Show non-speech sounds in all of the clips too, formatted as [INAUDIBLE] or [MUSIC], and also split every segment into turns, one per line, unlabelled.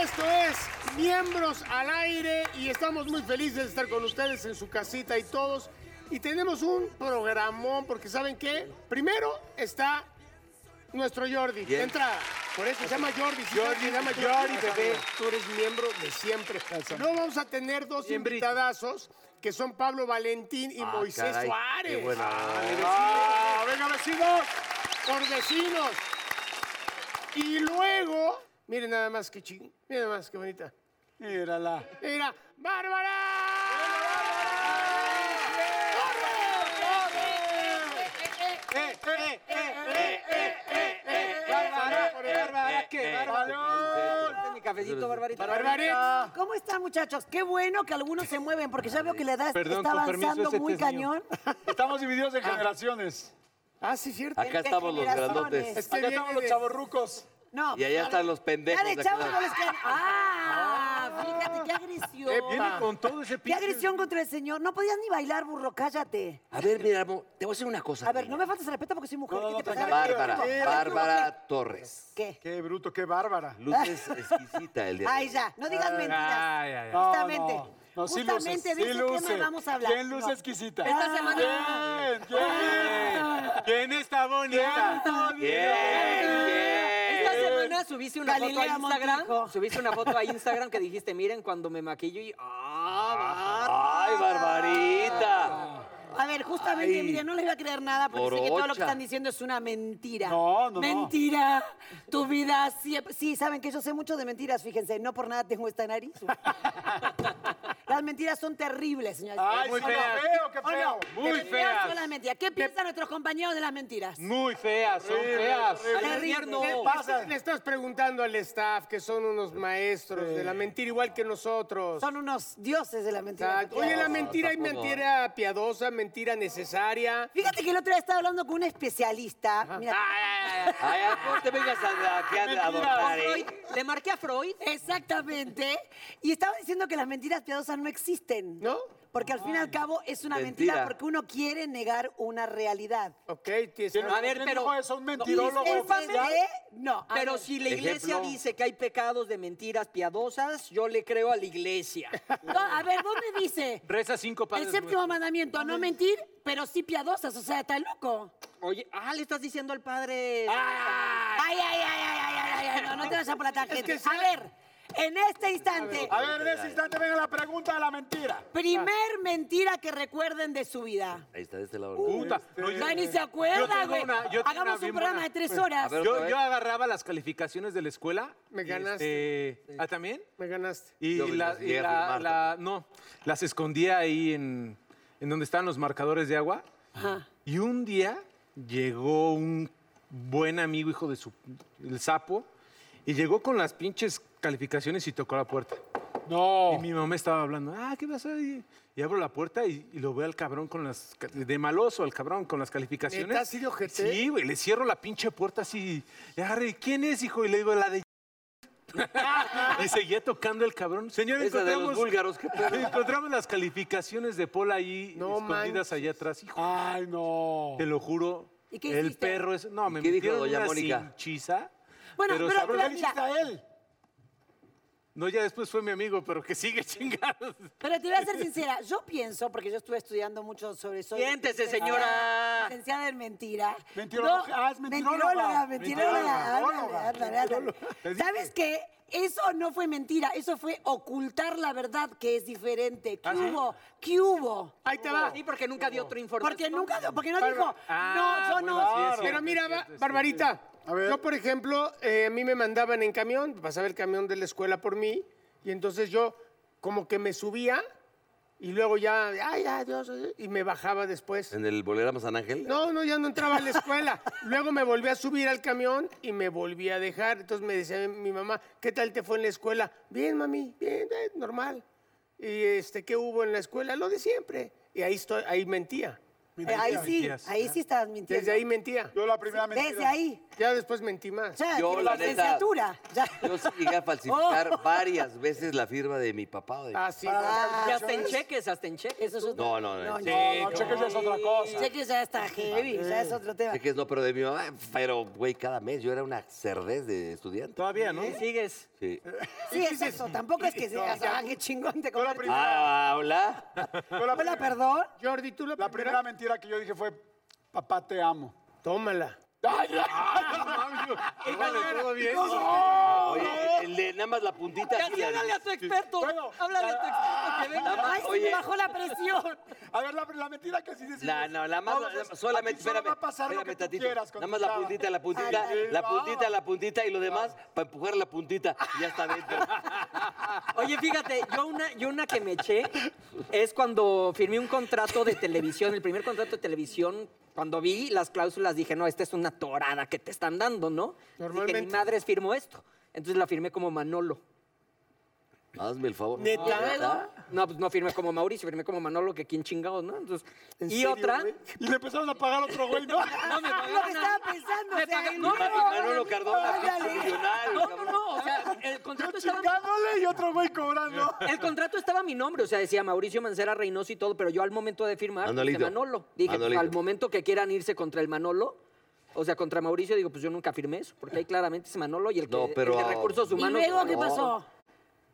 Esto es Miembros al Aire y estamos muy felices de estar con ustedes en su casita y todos. Y tenemos un programón porque ¿saben qué? Primero está nuestro Jordi, de
Bien.
entrada. Por eso se llama Jordi. si sabes que se llama Jordi, bebé. Tú eres miembro de siempre. Luego vamos a tener dos invitadazos que son Pablo Valentín y Moisés
caray,
Suárez.
qué buena onda.
Ah, ¡Venga, vecinos! ¡Por vecinos! Y luego, miren nada más que ching, miren nada más que bonita.
Mírala.
Mira, Bárbara.
¡Eh, eh, eh, eh, eh, eh, eh! ¡Bárbara,
Eh,
Bárbara, qué bárbaro!
este, Mi cafecito, Barbarita.
Barbarita.
¿Cómo están, muchachos? Qué bueno que algunos se mueven, porque ya veo que la edad
Perdón,
está
con permiso,
avanzando
ese
muy
té es
cañón.
Estamos divididos en generaciones.
Ah, sí, cierto.
Acá
¿De qué
estamos los
generaciones?
grandotes.
Es que
Acá
viene
estamos los
de-
chavorrucos.
No.
Y allá están los pendejos.
Ya de
de
chavos
aquel
no
lado.
les quedan. ¡Ah! Fíjate, qué agresión.
Viene
Con todo ese
Qué agresión contra el señor. No podías ni bailar, burro, cállate.
A ver, mira, Mo, Ah, te voy a hacer una cosa.
A ver,
Reina.
no me faltes el respeto porque soy mujer.
No, no,
¿Qué te pasa?
tranquila.
Bárbara,
Tranquila,
Bárbara Torres.
¿Qué?
Qué bruto, qué Ah. bárbara.
Luces exquisita el día de
[LAUGHS] Ay,
hoy.
ya, no digas mentiras.
No,
Justamente.
no, no, sí
justamente
luces,
de
sí
ese
luce.
tema vamos a hablar.
¿Quién luce
No.
exquisita?
Esta semana-
¿Quién?
Ah.
¿Quién? ¿Quién está bonita?
Bien, bien.
Esta semana subiste una
Eh, Galilea
foto a Instagram.
Montijo.
Subiste una foto a Instagram que dijiste, miren cuando me maquillo y. ¡Ah,
Ay, Barbarita.
A ver, justamente,
Ay.
mire, no les voy a creer nada porque sé que todo lo que
Morocha.
están diciendo es una mentira.
No, no, no.
Mentira. Tu vida siempre. Sí, saben que yo sé mucho de mentiras, fíjense. No por nada tengo esta nariz. las mentiras son terribles, señores. Oh,
Ay,
Muy
sí,
feas.
qué feo, qué feo.
Muy
Las mentiras son
feas.
las mentiras. ¿Qué piensan nuestros compañeros de las mentiras?
Muy feas, son feas.
Al
Terrible.
infierno.
¿Qué
Pasa.
Le estás preguntando al staff, que son unos maestros de la mentira, igual que nosotros.
Son unos dioses de la mentira.
Exacto. Oye,
Ah,
la
No,
mentira hay
tampoco.
mentira piadosa, mentira necesaria.
Fíjate que el otro día estaba hablando con un especialista. Mira,
Ay, ay, no te vengas a, aquí a adornar, ¿eh?
Freud. Le marqué a Freud.
Exactamente. Y estaba diciendo que las mentiras piadosas no existen.
¿No?
Porque al fin y al cabo es una mentira.
Mentira.
porque uno quiere negar una realidad.
Ok, tienes-
A ver,
¿Quién
pero.
dijo eso? Un
no,
mentirólogo.
discúlpame,
¿Eh? No. a
Pero
ver.
si la iglesia
Ejemplo.
dice que hay pecados de mentiras piadosas, yo le creo a la iglesia.
No, a ver, ¿dónde dice?
Reza cinco padres.
El séptimo mandamiento, no mentir, pero sí piadosas. O sea, está loco.
Oye, ah, le estás diciendo al padre.
Ay, ay, ay, ay, ay, ay, ay, No, no te vayas por la tangente.
Es que
A ver, en este instante,
A ver, en ese instante venga la pregunta de la mentira.
primer mentira que recuerden de su vida.
Ahí está, de este lado.
Puta. no, yo-
Ya ni se
yo
acuerda,
tengo
güey.
una- yo tengo una
Hagamos un
bien
programa
buena.
de tres horas.
A ver, otra
Yo,
vez.
yo agarraba las calificaciones de la escuela.
Me
y,
ganaste.
este, ¿Ah, también?
me ganaste.
Y,
Yo
la-
las
y
llegué a
la-
firmar
la- no, las escondía ahí en, en donde estaban los marcadores de agua. Y un día llegó un buen amigo, hijo de su, el sapo, y llegó con las pinches calificaciones y tocó la puerta.
No.
Y mi mamá estaba hablando, ah, ¿qué pasa? Y, y abro la puerta y, y lo veo al cabrón con las... ca- De maloso al cabrón con las calificaciones.
¿Neta, así de ojete?
Sí, güey, le cierro la pinche puerta así. Y agarré, ¿quién es, hijo? Y le digo, la de... [LAUGHS] y seguía tocando el cabrón. Señor,
Esa de los
encontramos...
búlgaros, qué pedo.
encontramos las calificaciones de Paul ahí
No
escondidas
manches.
allá atrás, hijo.
Ay, no.
Te lo juro.
¿Y qué
el
hiciste?
perro es... No, me
qué dijo
metieron
doña
una
Mónica?
cinchiza,
Bueno, pero,
¿Pero
sabrón-
qué
pero,
le
mira,
hiciste a él?
No, ya después fue mi amigo, pero que sigue [LAUGHS] chingados.
Pero te voy a ser sincera, yo pienso, porque yo estuve estudiando mucho sobre eso.
Siéntese, señora.
Licenciada en mentira.
Mentirolo-
No,
ah, es
Mentiróloga,
mentiróloga.
mentiróloga.
Mentiróloga.
ándale, ándale, ándale. ¿Sabes qué? Eso no fue mentira, eso fue ocultar la verdad que es diferente. ¿Qué hubo? ¿Qué hubo?
Ahí te va.
Sí, porque nunca dio otra información.
Porque nunca, porque no
Bárbara.
dijo,
Ah,
no, yo
bueno,
no.
sí es
Pero
cierto,
mira,
es
Ba-
cierto, es
Barbarita,
A ver.
yo, por ejemplo, eh, a mí me mandaban en camión, pasaba el camión de la escuela por mí, y entonces yo como que me subía y luego ya, ay, adiós, adiós, y me bajaba después.
¿En el Bolerama San Ángel?
No, no, ya no entraba a la escuela. Luego me volví a subir al camión y me volví a dejar. Entonces me decía mi mamá, ¿qué tal te fue en la escuela? Bien, mami, bien, eh, normal. ¿Y este, qué hubo en la escuela? Lo de siempre. Y ahí, estoy, ahí mentía.
Eh, Ahí sí,
Mentiras.
ahí sí estabas mintiendo.
Desde ahí mentía.
Yo la primera mentira.
Desde ahí.
Ya después mentí más.
Ya,
Yo,
tiene
la
licenciatura. Ya.
Yo sí llegué a falsificar varias veces la firma de mi papá o de mi
Ah, sí.
Ah,
Y hasta en cheques, hasta en cheques.
Eso es otro.
No, no, no.
No,
sí,
No, cheques ya es otra cosa.
Cheques ya está heavy, ya es otro tema.
sé que es no, pero de mi mamá, pero güey, cada mes yo era una cerdez de estudiante.
Todavía, ¿no?
Y Sigues.
Sí.
Sí, es eso. Tampoco es que seas, ah, qué chingón te
Yo la
conviertes.
Ah, hola.
Yo la
Hola,
primera-
perdón.
Jordi, tú la,
La primera mentira que yo dije fue, papá, te amo.
Tómala.
Ay, ay, ay.
todo bien.
Oye, el de nada más la puntita.
Ya
así,
sí,
la-
háblale a tu experto.
Bueno, ah,
háblale a tu experto que venga.
Nada más,
Ay, se me
oye,
bajó la presión.
A ver, la, la mentira que sí decimos.
No, no, la más,
todos
la-
es,
solamente,
aquí solo
espérame,
va a pasar lo
espérame
que tú
tantito.
quieras con
Nada
tu
más la
chava.
puntita, la puntita,
Ay,
la
va.
puntita, la puntita y lo demás para empujar la puntita
Ah,
y ya está dentro.
Oye, fíjate, yo una, yo una que me eché es cuando firmé un contrato de televisión, el primer contrato de televisión. Cuando vi las cláusulas dije, no, esta es una torada que te están dando, ¿no? Normalmente. Dije, mi
Normalmente.
madre firmó esto. Entonces la firmé como Manolo.
Hazme el favor.
¿Neta?
No, pues no firmé como Mauricio, firmé como Manolo, que quién chingados, ¿no? Entonces, y otra,
Y le empezaron a pagar otro [LAUGHS] güey, ¿no?
[LAUGHS] no me
Es lo que
pagaron
estaba
nada.
pensando.
Me
o sea,
paga-
el
no,
mismo-
Manolo Cardona,
Ándale.
pinche millonario,
No, no,
cabrón.
no, o sea, el contrato
Yo
estaba...
chingándole y otro güey cobrando.
El contrato estaba a mi nombre, o sea, decía Mauricio Mancera Reynoso y todo, pero yo al momento de firmar dije
Manolito.
Manolo. Dije, pues,
Manolito.
al momento que quieran irse contra el Manolo, o sea, contra Mauricio, digo, pues yo nunca firmé eso, porque ahí claramente es Manolo y el, que,
No, pero-
el de recursos
¿Y
humanos.
luego qué
No.
pasó?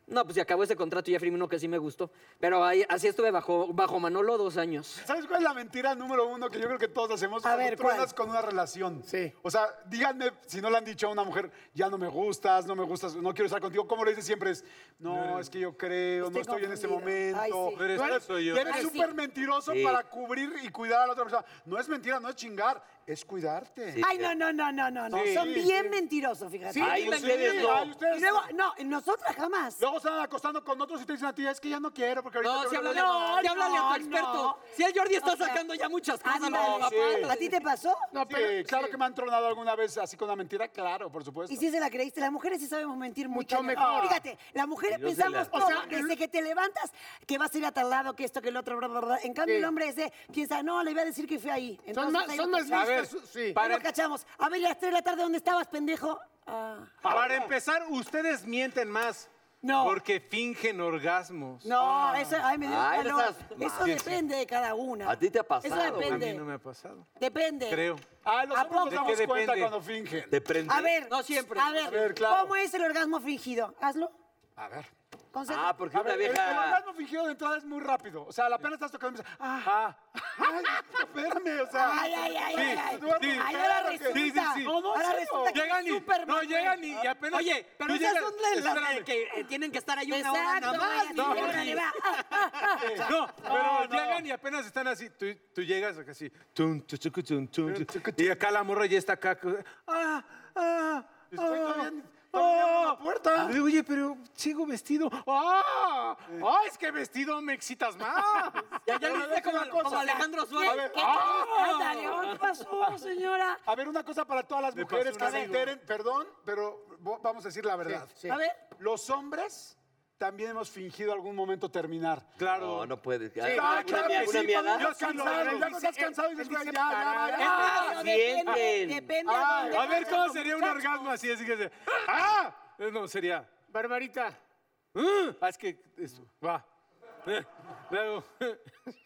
No, pues se acabó ese contrato y ya firmé uno que sí me gustó. Pero ahí- así estuve bajo, bajo Manolo dos años.
¿Sabes cuál es la mentira número uno
[LAUGHS]
que yo creo que todos hacemos?
A
Cuando
ver,
truenas
¿cuál?
con una relación.
Sí.
O sea, díganme, si no le han dicho a una mujer, ya no me gustas, no me gustas, no quiero estar contigo, ¿cómo le dices siempre? Es, no, es que yo creo, no
Estoy
estoy en este
confundida.
momento.
Pues Ay, sí.
No eres tú, soy yo.
Y eres
Ay, sí.
súper mentiroso
Sí.
para cubrir y cuidar a la otra persona. No es mentira, no es chingar, es cuidarte.
Sí.
Ay, no, no, no, no, no. no.
Sí,
Son
sí,
bien
sí.
mentirosos, fíjate.
Sí,
Ay,
sí,
ustedes
sí.
no.
Ay, ustedes-
Y luego, no, nosotras jamás.
Luego están acostando con otros y te dicen a ti, es que ya no quiero, porque ahorita...
No,
tengo
sí, háblale,
una-
sí, háblale a
no,
tu experto.
no.
Si el Jordi está
O sea,
sacando ya muchas cosas.
Ándale.
no, papá,
¿A ti te pasó?
No,
Sí,
pero
claro que me han tronado alguna vez así con una mentira, claro, por supuesto.
¿Y si se la creíste? Las mujeres sí sabemos mentir
Mucho
mucho
mejor.
Fíjate, las mujeres
Y no se
pensamos
la-
todo,
O sea,
desde que te levantas que vas a ir a tal lado, que esto, que el otro, bla, bla, bla. En cambio,
Sí.
el hombre ese piensa, no, le voy a decir que fui ahí. Entonces,
más-
ahí lo
son más
cachamos.
listos, A ver, sí.
Ahí
para-
lo cachamos. A ver, a las 3 de la tarde, ¿dónde estabas, pendejo? Ah.
Para empezar, ustedes mienten más.
No.
Porque fingen orgasmos.
No, eso, ay, me dio
Ay,
calor.
esas-
Eso depende de cada una.
¿A ti te ha
Eso
pasado?
A
depende.
mí no me ha pasado.
Depende.
Creo.
Ah, los
¿A
hombres nos
poco?
damos
¿De qué
cuenta
depende?
cuando fingen.
¿Te prende?
A ver,
No siempre.
A ver,
A ver, claro.
¿cómo es el orgasmo fingido? Hazlo.
A ver.
Concentra-
Ah, porque
A
una
ver, el- El
vieja.
orgasmo fingido de entrada es muy rápido. O sea, la pena estás tocando y dices, ah, ay, espérame, o sea.
Ay, ay, ay, ay, ay.
duermo,
sí,
Ay,
claro
ahora
que-
resulta.
Sí, sí, sí.
No, no,
ahora
sí,
resulta que
Llegan
es
y.
Superman.
No, llegan y, y
Ah,
apenas.
Oye, pero
tú
esas
llegas-
son de las
Espérame.
de que eh, tienen que estar ahí una hora
Exacto,
nada
güey,
más.
así,
¿no?
órale, va. Ah, ah, ah.
No, pero
No, no.
llegan y apenas están así. Tú, tú llegas acá así. tun, tu, tucu, tun, tun, tu. y acá la morra ya está acá. Ah, ah.
Estoy
ah,
todavía ni- todavía
ah.
abro la puerta.
Le digo, Oye, pero sigo vestido. ¡Ah! ¡Ah! Es que vestido me excitas más.
Ya, ya
Pero
lo
es
hice como,
una cosa,
como
o sea,
Alejandro
A
Suárez.
ver,
¿Qué
ah.
Ándale, ¿qué pasó, señora?
A ver, una cosa para todas las
Me pasó
mujeres
un
que se
amigo.
enteren, perdón, pero vo- vamos a decir la verdad.
Sí.
A ver.
Los hombres también hemos fingido algún momento terminar.
No, no puedes.
Ah,
Una
claro
mia-
que sí,
una miada.
cuando estás
Yo sí lo
cansado,
hago.
ya cuando estás
Eh,
cansado y dices,
Él dice,
"Güey, ya, ya, ya".
Pero depende,
sienten.
depende a
Ay,
dónde
Ah, A ver,
vayas
¿cómo
como
sería un
muchacho.
orgasmo así? Así que. se- ¡Ah! Eh, No, sería.
Barbarita.
"Ah", ah, es que. eso, va. Eh, Luego. Ah,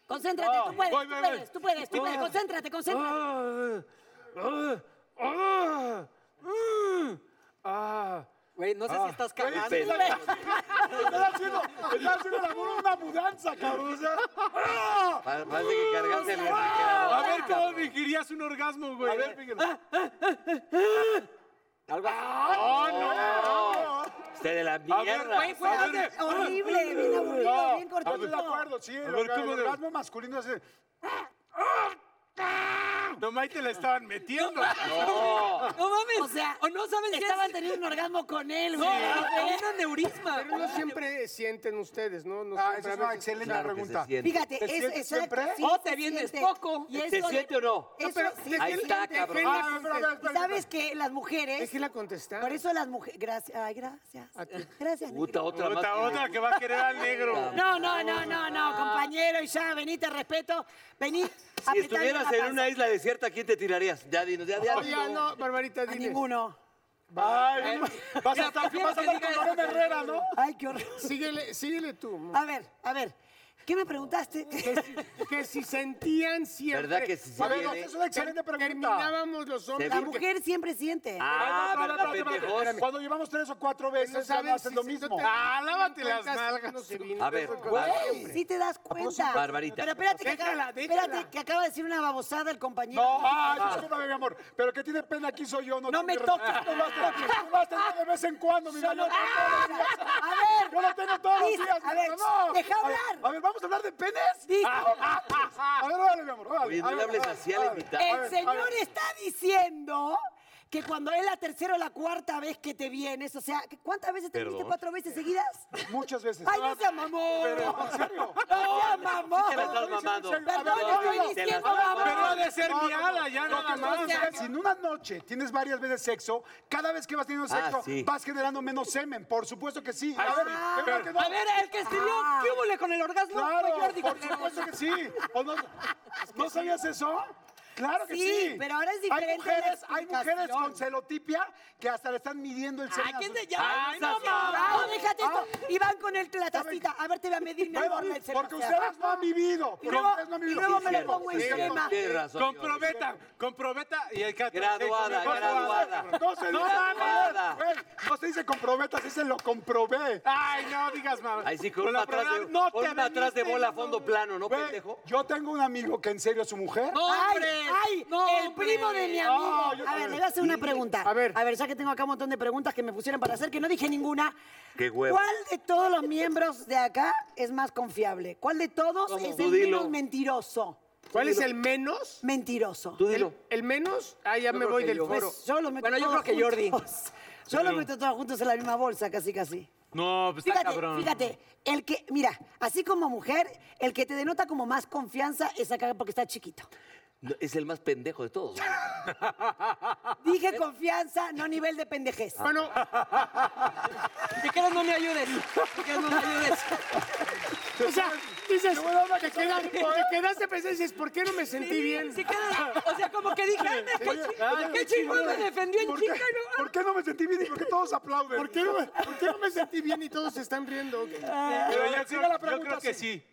Concéntrate, tú puedes,
voy,
tú
voy,
puedes,
voy.
tú puedes, tú puedes,
Ah.
concéntrate, concéntrate.
Ah, ah, ah, mm, ah.
Güey, no sé si estás cagando.
Estás haciendo, estás haciendo la burla de una mudanza, cabrón. o sea. Ah.
Pa- Parece que cargaste el refrigerador.
A ver, ¿cómo fingirías un orgasmo, güey?
A ver, fíjense.
Algo así.
Usted de la
A ver,
mierda.
güey,
Fue
a ver,
horrible, bien aburrido, bien
Estoy de
cortito.
acuerdo, sí.
A
El,
ver,
orga-
¿cómo
el
de-
orgasmo masculino es...
No, Maite la estaban metiendo.
No mames.
O sea, sea,
O no saben si es-
estaban teniendo un orgasmo con
[LAUGHS]
él,
No,
güey.
tenía un aneurisma.
Pero no siempre sienten ustedes, ¿no? No
Ah,
siempre,
esa
a
es una
veces-
excelente
Claro que se
pregunta.
siente.
Fíjate,
¿Te
es
sientes
exacto.
siempre?
O Oh, te vienes poco.
Y
¿Se
eso-
siente o no?
No,
Eso
pero
sí
déjenla-
Ahí está,
déjenla
cabrón.
contestar.
Ah, espera, espera,
Y
[LAUGHS]
sabes que las mujeres.
Déjenla contestar.
Por eso las mujeres. Gracias. Ay, gracias. Gracias.
Puta,
negro.
otra más.
Otra,
que me
otra que va a querer al negro.
[LAUGHS] No, no, no, no, no, compañero, y ya, vení, te respeto. Vení.
Si
apretadme
estuvieras
la
en una
panza.
isla desierta, ¿a quién te tirarías? Ya dinos, ya, ya.
Oye,
dinos.
no, Barbarita,
A
dile.
ninguno.
Ay, vas a
Mira,
estar,
prefiero
vas a
que
estar con
diga-
Lorena Herrera, ¿no?
Ay, qué horror.
Síguele, síguele tú.
A ver, a ver. ¿Qué me preguntaste?
Que si, que si sentían siempre.
¿Verdad que si se
A ver,
viene?
es una excelente pregunta.
Terminábamos los hombres.
La
¿Seguro?
porque-
mujer siempre siente.
Ah,
Espérate,
¿verdad,
espérate, espérate,
pendejos?
Cuando llevamos tres o cuatro
no
veces, ya
saben
no hacen
si-
lo
si no
mismo.
te-
Ah, lávate
no
las
cuentas,
nalgas.
no se vino.
A ver,
Sí te das cuenta.
Barbarita.
Pero espérate que,
Déjala,
acaba,
déjala.
espérate que acaba de decir una babosada el compañero.
No, ah, discúlpame, mi amor, pero que tiene pena aquí soy yo. No,
No
tú
me toques.
Tú lo has tenido- tú lo has tenido de vez en cuando, mi
Solo-
amor.
A ver.
Yo lo tengo todos los
Dice,
días.
A
mi
ver,
amor, no.
deja
A ver,
hablar.
A ver, ¿vamos a hablar de penes?
Dice,
A ver, órale, mi amor, órale.
Oye, no
a ver,
le hables
órale,
así a la
órale.
invitada.
A
el
ver, a
señor
ver.
está diciendo que cuando es la tercera o la cuarta vez que te vienes, o sea, ¿cuántas veces te
Perdón.
viniste? ¿Cuatro veces seguidas?
Muchas veces.
¡Ay, no seas mamón!
Pero, ¿en serio?
¡No seas mamón!
te la estás mamando.
Perdón,
A ver,
estoy
no, no, no.
diciendo
Te la estás
mamón.
Pero ha de ser
No, no,
miada,
no.
ya
Lo
nada
que pasa
más.
es que Si en una noche tienes varias veces sexo, cada vez que vas teniendo
Ah,
sexo,
sí.
vas generando menos semen. Por supuesto que sí. A ver,
Ah.
¿qué más que no?
A ver, el que escribió,
Ah.
¿qué hubo con el orgasmo?
Claro,
Fue Jordi
por
Contreras.
supuesto que sí. ¿O no, ¿No sabías eso? Claro que sí.
Sí, pero ahora es
Hay
diferente
mujeres,
la
hay mujeres con
explicación.
celotipia que hasta le están midiendo el semen.
Ay,
a
¿quién
sus- Ah.
te llama?
Ay, no,
No, déjate esto. Y van con el, la tacita. A ver, te voy a medir, mi
Bueno,
amor. el celular.
porque ustedes no han vivido.
Y
porque
luego,
ustedes no han
y
vivido.
luego me lo
Cierto,
pongo
cierto.
encima.
Tienes razón. señores.
Comprometa, comprometa y el cato.
Graduada,
Comprometa.
graduada.
No se dice
Graduada.
comprobé, güey. No se dice comprometa, se dice lo comprobé.
Ay, no digas mamá.
Ahí sí, con
la
una atrás de,
programa- no
con
te
una atrás de
veniste,
bola a
no,
fondo plano, ¿no,
Güey,
pendejo?
yo tengo un amigo que en serio su mujer.
No,
¡Ay,
hombre.
ay!
No,
el
hombre.
primo de mi amigo.
No, yo-
a ver, le voy a hacer una pregunta. A
ver.
A ver, ya que tengo acá un montón de preguntas que me pusieron para hacer, que no dije ninguna.
Qué huevo.
¿Cuál de todos los miembros de acá es más confiable? ¿Cuál de todos
¿Cómo?
es
Tú
el
dilo.
menos mentiroso?
¿Cuál es el menos?
Mentiroso.
Tú
¿El,
dilo.
el menos? Ah, ya
Yo
me
creo
voy
que
del
yo.
foro.
Pues yo los meto
Bueno, yo
todos
creo que Jordi.
juntos. Yo los meto todos juntos en la misma bolsa, casi, casi.
No, pues está
Fíjate,
cabrón.
fíjate, el que, mira, así como mujer, el que te denota como más confianza es acá porque está chiquito.
No, es el más pendejo de todos. güey.
¿Eh?
Dije confianza, no nivel de pendejez. [LAUGHS]
Ah,
Bueno,
Si quieres no me ayudes. Si quieres no me ayudes.
[LAUGHS] o sea, dices,
voy a dar una
te,
que
queda-
sabe
te quedaste pensando y dices, ¿por qué no me sentí bien?
Si quieres, o sea, como que dije, "Anda, qué
Ay,
chi- qué chingón me defendió en
¿Por qué,
chica. y ah". luego,
¿Por qué no me sentí bien y por qué todos aplauden?
¿Por qué, no me, por qué no me sentí bien y todos se están riendo?
Ah,
Pero
Siga
yo creo,
la
yo
pregunta,
creo que
sí.
sí.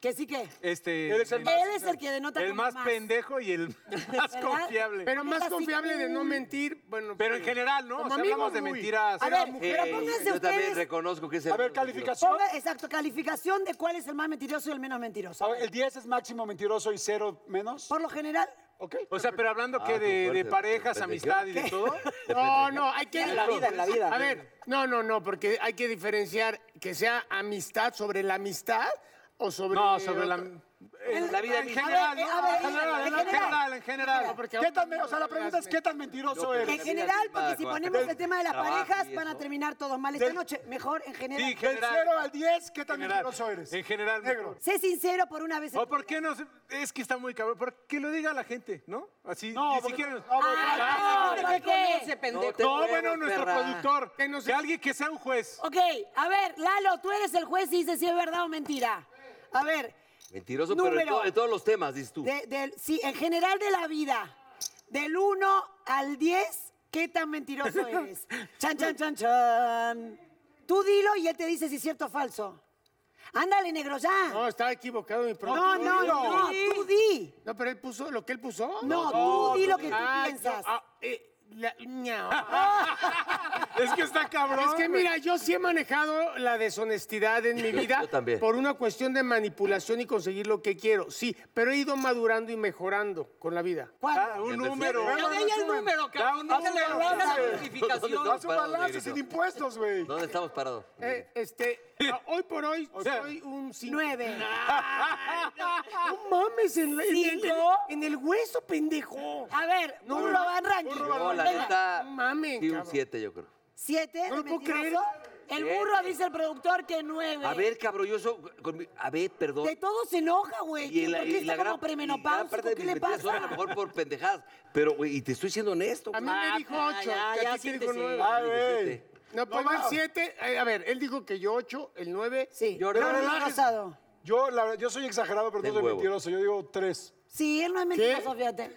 Que sí que.
Este,
Eres el
el,
más-
Él es el que denota como
más pendejo
[LAUGHS]
y el [LAUGHS] más
¿Verdad?
confiable. Pero,
Pero más
Neta, sí,
confiable de no
cool.
mentir, bueno.
en general, ¿no? O
Como
sea, hablamos
amigos,
de
muy.
mentiras.
A ver, pero
Eh,
pónganse
yo también
ustedes-
reconozco que es el
A ver,
menos mentiroso.
calificación.
Ponga- exacto, calificación de cuál es el más mentiroso y el menos
A
mentiroso.
ver, el 10 es máximo mentiroso y 0 menos.
Por lo general,
¿Ok?
O sea, pero hablando que
Ah,
de,
qué
de
fuerte,
parejas,
pendejo.
amistad y de
[LAUGHS]
todo.
No, no, hay que.
En la vida, en la vida.
A ver, no, no, no, porque hay que diferenciar que sea amistad sobre la amistad o sobre.
No, sobre la.
otro-
En
la vida
en
misma.
general,
A ver,
eh,
¿no?
a ver,
En
en
general, en
general.
general, en general.
porque
¿Qué tan,
aún
o sea, la pregunta es qué tan mentiroso
Yo
eres.
en
Mira,
general,
mira,
porque si
Juan,
ponemos el tema de las
trabajo y
parejas, van a
eso.
terminar todos mal esta
Del-
noche. Mejor, en general.
Sí,
Del
general.
0 al 10, ¿qué tan
En general.
mentiroso eres?
En general,
negro.
Sé sincero por una vez. en
¿O
tu
por
vida.
qué no? se- Es que está muy cabrón. ¿Por qué lo diga la gente, no? Así,
No,
ni
porque-
siquiera.
no,
nos-
porque-
Ah,
"Ay,
¿por
¿qué
qué?
conoce, pendejo?
te-
No,
huevos,
bueno, nuestro
perra.
productor.
Que
Que,
nos-
alguien que sea un juez.
Ok, a ver, Lalo, tú eres el juez y dices si es verdad o mentira. A ver.
Mentiroso, pero en,
número
to- en todos los temas, dices tú.
de- del- sí, en general de la vida. Del 1 al 10, ¿qué tan
[LAUGHS]
mentiroso eres? Chan, chan, chan, chan. Tú dilo y él te dice si es cierto o falso. Ándale, negro, ya.
No, estaba equivocado mi
No,
productor.
no, no, tú di.
No, pero él puso lo que él puso.
No, tú di lo que tú piensas. Ah,
Ah, eh, la- ñao.
Es que está cabrón.
Es que mira, yo sí he manejado la deshonestidad en
[LAUGHS]
mi
Yo-
vida
yo también.
por una cuestión de manipulación y conseguir lo que quiero, sí, pero he ido madurando y mejorando con la vida.
Ah,
¿Cuál?
un
Me
número.
Ya de ahí el número, cabrón.
Ah,
No te le
número,
hagas la
güey.
justificación.
Haz un
Parado,
balance
negrito.
sin impuestos, güey.
¿Dónde estamos parados?
Eh, este, ah, hoy por hoy
sea-
soy un 5.
Nueve.
[LAUGHS]
[LAUGHS]
No mames, en, la- en el,
¿Cinco?
en el hueso, pendejo.
A ver, burro van ranking.
Yo, la
Venga.
neta.
No mamen,
sí, un
cabrón.
7, yo creo.
¿Siete?
No
de
lo puedo
mentiroso? El burro dice el productor que nueve.
A ver, cabrón, yo soy. con mi- A ver, perdón.
De todo se enoja, güey.
Y
¿Por
la- y
qué está
la gran-
como
y gran parte
premenopáusico?
de
¿Qué
mis
le
mentiras son
pasa?
a lo mejor por pendejadas. Pero, güey, y te estoy siendo honesto.
A mí me dijo
Ah,
8,
ya,
que a
ya,
ti te dijo
siéntese.
9.
Ah,
güey.
güey.
No, pongo el 7. a ver, él dijo que yo 8, el 9.
Sí.
Yo
pero
no-
no es
relajes.
casado.
Yo, la verdad, yo soy exagerado, pero
Del
no soy
huevo.
mentiroso. Yo digo tres.
Sí, él no es mentiroso, fíjate.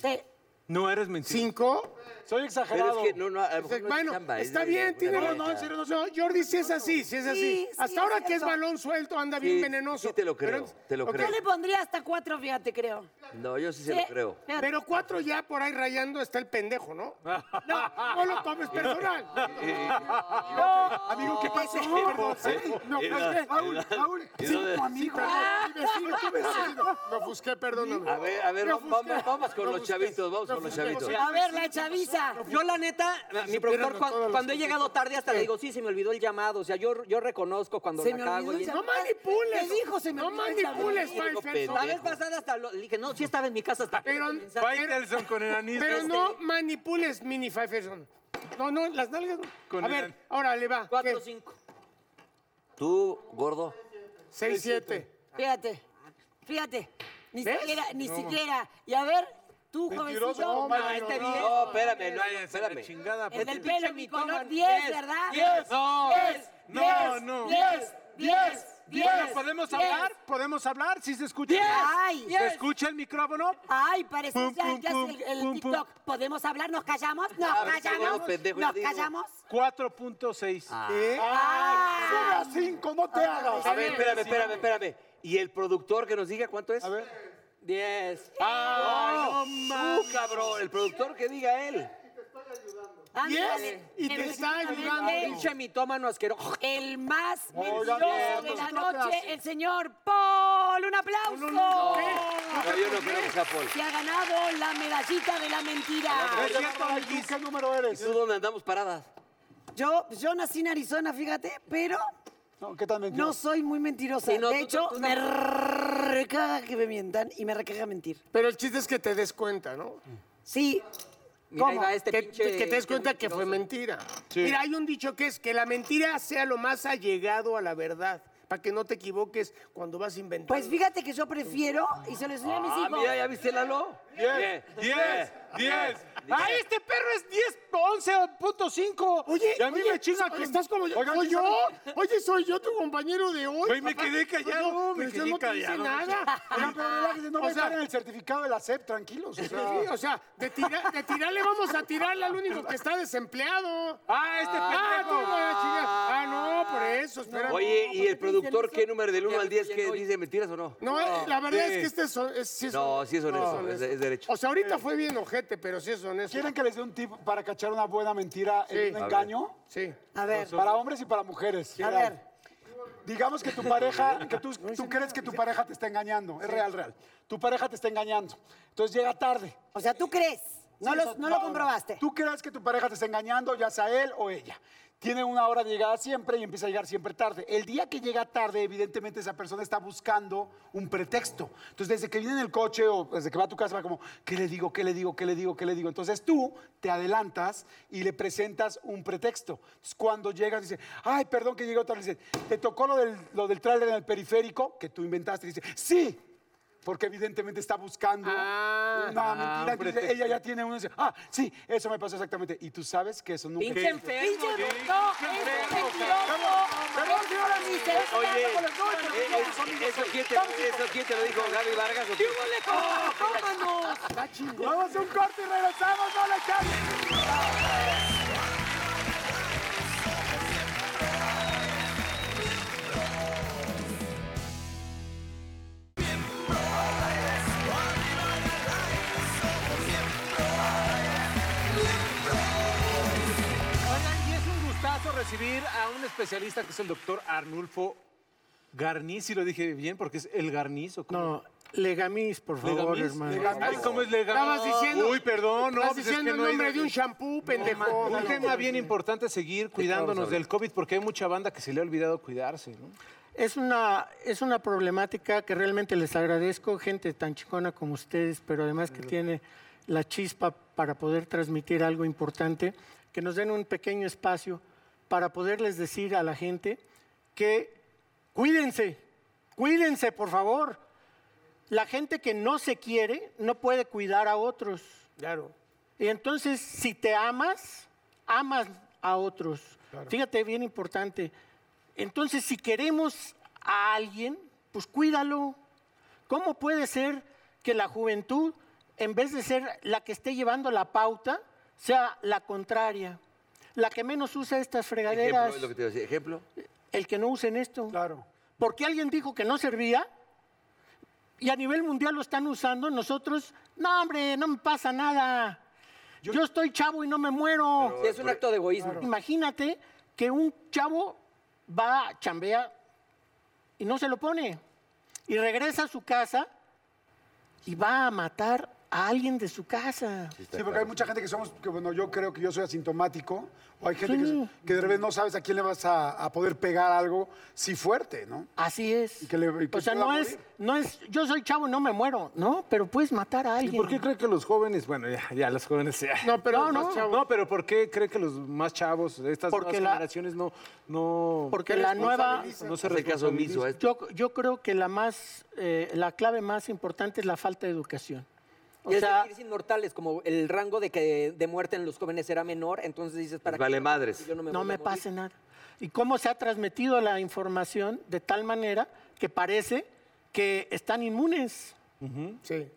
Sí.
No eres mentiroso.
5.
Soy
Pero
exagerado.
es que no, ah, no, a lo mejor no es
Bueno,
chamba, es
está
de-
bien,
de-
tiene
de-
razón. No, Jordi, sí es así, sí es
Sí,
así.
sí, es
Hasta ahora que es
cierto.
balón suelto, anda
Sí,
bien
sí
venenoso.
te lo
Pero-
creo, te lo
Yo
Ok,
creo.
le pondría hasta cuatro, fíjate, creo.
No, yo sí se lo creo.
fíjate.
Pero cuatro ya por ahí rayando está el pendejo, ¿no? No, no lo tomes
eh,
personal.
Amigo, ¿qué pasó?
Perdón, ¿eh? sí, no, perdón.
Raúl, Raúl. Cinco amigos.
Mi vecino, tu vecino. Me ofusqué, ah. perdóname.
A ver, a ver,
Lo
vamos,
busqué,
vamos con
lo
los
busqué,
chavitos, vamos
lo
con los
busqué.
chavitos.
A ver, la chaviza.
Yo, la neta, mi productor,
supieran
cuan-
todas las
cuando, he llegado tarde, hasta le digo, sí, se me olvidó el llamado. O sea, yo, yo reconozco cuando
Se
la
me
cago.
olvidó el
y-
No manipules.
Te dijo, se me
No
olvidó el
manipules,
saber.
Faitelson.
La vez pasada hasta lo- le dije, no, sí estaba en mi casa hasta.
Pero,
Faitelson con este. enanismo.
pero no manipules, mini Faitelson. No, no, las nalgas no.
Con
a
el-
ver, ahora le va.
Cuatro, cinco.
Tú, gordo,
6, 7.
Fíjate, fíjate. Ni
¿Ves?
siquiera, ni siquiera. Y a ver, tú,
Mentiroso,
jovencito.
no,
Ah, este video.
No, espérame, no,
Váyanse a la
espérame.
chingada,
El
pues.
del pelo, mi color,
mitómano.
10, ¿verdad?
Diez.
No.
Diez.
No,
diez,
no.
Diez. Diez.
Bueno,
Diez.
¿podemos
Diez.
hablar? ¿Podemos hablar? ¿Sí se escucha?
Ay.
¿Se escucha el micrófono?
Ay, parece
Pum,
ya,
pum,
ya es
pum,
el, el
pum, pum.
TikTok. ¿Podemos hablar? ¿Nos callamos? ¿Nos
A ver,
callamos?
seguro, pendejo,
¿Nos
yo digo. Ah.
callamos?
4.6.
Ah.
Ay, sube a cinco, no te hagas.
A ver, espérame, espérame, espérame. ¿Y el productor que nos diga cuánto es?
A ver.
Diez.
¡Ah, no, uh, cabrón! El productor que diga él.
"Ah,
Yes,
Ándale.
y te está ayudando.
Pinche mitómano asqueroso.
El más
eh,
Oigan,
mentiroso de la
entonces, ¿no te
noche,
haces?
el señor Paul. ¡Un aplauso!
No, yo no creo que sea Paul.
Se ha ganado la medallita de la mentira.
Es cierto, ¿y ¿Qué número
¿Y
eres?
tú dónde andamos paradas?
Yo, yo nací en Arizona, fíjate, pero
No, ¿Qué tan
no
mentiroso?
soy muy mentirosa.
Sí, no,
de
tú-
hecho,
tú- tú no.
me recaga que me mientan y me recaga mentir.
Pero el chiste es que te des cuenta, ¿no?
Sí.
Mira, ahí
¿Cómo?
va este
que,
pinche.
que te des cuenta que fue
mentiroso.
mentira. Mira, hay un dicho que es que la mentira sea lo más allegado a la verdad, para que no te equivoques cuando vas a inventar.
Pues fíjate que yo prefiero, y se lo enseñé a Pues mis
Ah,
hijos.
mira, ¿ya viste Lalo?
Diez, diez, diez. ¡Ay, este perro es 10, 11.5!
Oye,
y a mí
oye,
me chinga que
estás como yo.
Oigan,
soy
¿sí
yo.
saben?
Oye, soy yo tu compañero de hoy.
Güey, me
papá.
quedé callado,
No,
me
pero
quedé
yo no te hice
callado.
nada.
No, pero relájense, no
O
va a
sea-
estar en el certificado de la SEP, tranquilos. O
Sí,
sea,
o sea, de, tira- de tirarle vamos a tirarle al único que está desempleado.
¡Ah, este
Ah, tú,
pendejo!
ah, chinga. Ah, no, por eso, espera.
Oye, ¿y el productor qué número del 1
Ya
al 10
estoy
que
en hoy.
dice mentiras o no?
No, eh, la verdad es
sí.
que este es, hon- es- sí es
No,
honesto.
sí es honesto, es- es derecho.
O sea, ahorita fue bien ojete, pero sí es honesto.
¿Quieren que les dé un tip para cachar una buena mentira
Sí.
en
A
un
ver.
engaño?
Sí.
A ver,
Para hombres y para mujeres.
a ver.
Digamos que tu
[LAUGHS]
pareja, que tú, tú crees que tu pareja te está engañando. Es real, real. Tu pareja te está engañando. Entonces llega tarde.
O sea, tú crees. No,
Sí,
lo,
o sea,
no lo comprobaste.
Tú crees que tu pareja te está engañando, ya sea él o ella. Tiene una hora de llegada siempre y empieza a llegar siempre tarde. El día que llega tarde, evidentemente esa persona está buscando un pretexto. Entonces, desde que viene en el coche o desde que va a tu casa, va como, ¿qué le digo? ¿Qué le digo? ¿Qué le digo? ¿Qué le digo? Entonces tú te adelantas y le presentas un pretexto. Entonces, cuando llegas, dice, ay, perdón que llegué tarde. Dice, ¿te tocó lo del, lo del tráiler en el periférico que tú inventaste? Dice, sí. Porque evidentemente está buscando
Ah.
una mentira. Entonces, ella ya tiene uno y dice, ah, sí, eso me pasó exactamente. Y tú sabes que eso nunca...
Pinche enfermo.
Pinche
güey.
no, es mentiroso.
Oye, eh, eh, ¿eso quién te eso quién te lo dijo? ¿Gaby Vargas o tú?
¡Tómanos!
Vamos a un corte y regresamos, no le cambies.
Oigan, y es un gustazo recibir a un especialista que es el doctor Arnulfo Garniz, si lo dije bien, porque es el Garniz. ¿o cómo?
No, legamis, por favor,
¿Legamis?
hermano.
Ay, ¿cómo es legal?
Estabas diciendo-
Uy, perdón, no.
Estás
pues es
diciendo
que
el
no hay-
nombre de un shampoo, pendejo.
Un tema bien importante es seguir cuidándonos del COVID porque hay mucha banda que se le ha olvidado cuidarse, ¿no?
Es una, es una problemática que realmente les agradezco, gente tan chicona como ustedes, pero además que tiene la chispa para poder transmitir algo importante, que nos den un pequeño espacio para poderles decir a la gente que cuídense, cuídense por favor. La gente que no se quiere no puede cuidar a otros.
Claro.
Y entonces, si te amas, amas a otros. Fíjate, bien importante. Entonces, si queremos a alguien, pues cuídalo. ¿Cómo puede ser que la juventud, en vez de ser la que esté llevando la pauta, sea la contraria? La que menos usa estas
Ejemplo,
fregaderas,
es lo que te iba a decir. Ejemplo.
el que no usen esto.
Claro.
Porque alguien dijo que no servía y a nivel mundial lo están usando, nosotros, no hombre, no me pasa nada. Yo, estoy chavo y no me muero.
Sí, es un acto de egoísmo.
Imagínate que un chavo va, chambea y no se lo pone. Y regresa a su casa y va a matar a alguien de su casa.
Sí, porque hay mucha gente que somos, que bueno, yo creo que yo soy asintomático, o hay gente que- que, de repente no sabes a quién le vas a, a poder pegar algo, si fuerte, ¿no?
Así es.
Y que le- y que
o sea,
pueda
no es,
morir.
no es, yo soy chavo y no me muero, ¿no? Pero puedes matar a
¿Y
alguien.
por qué cree que los jóvenes, bueno, ya, [LAUGHS] ya los jóvenes... ya.
No, pero
No,
más
no,
chavos.
No, pero ¿por qué cree que los más chavos, estas
Porque
nuevas
la-
generaciones no, no,
Porque la nueva,
no se
Hace caso omiso a esto.
Yo, yo creo que la más, eh, la clave más importante es la falta de educación. O
Y es
sea,
decir, inmortales, como el rango de que de muerte en los jóvenes era menor, entonces dices para qué
Vale
yo-
madres.
yo no me,
no
voy
me
a morir?
pase nada. Y cómo se ha transmitido la información de tal manera que parece que están inmunes.
Sí.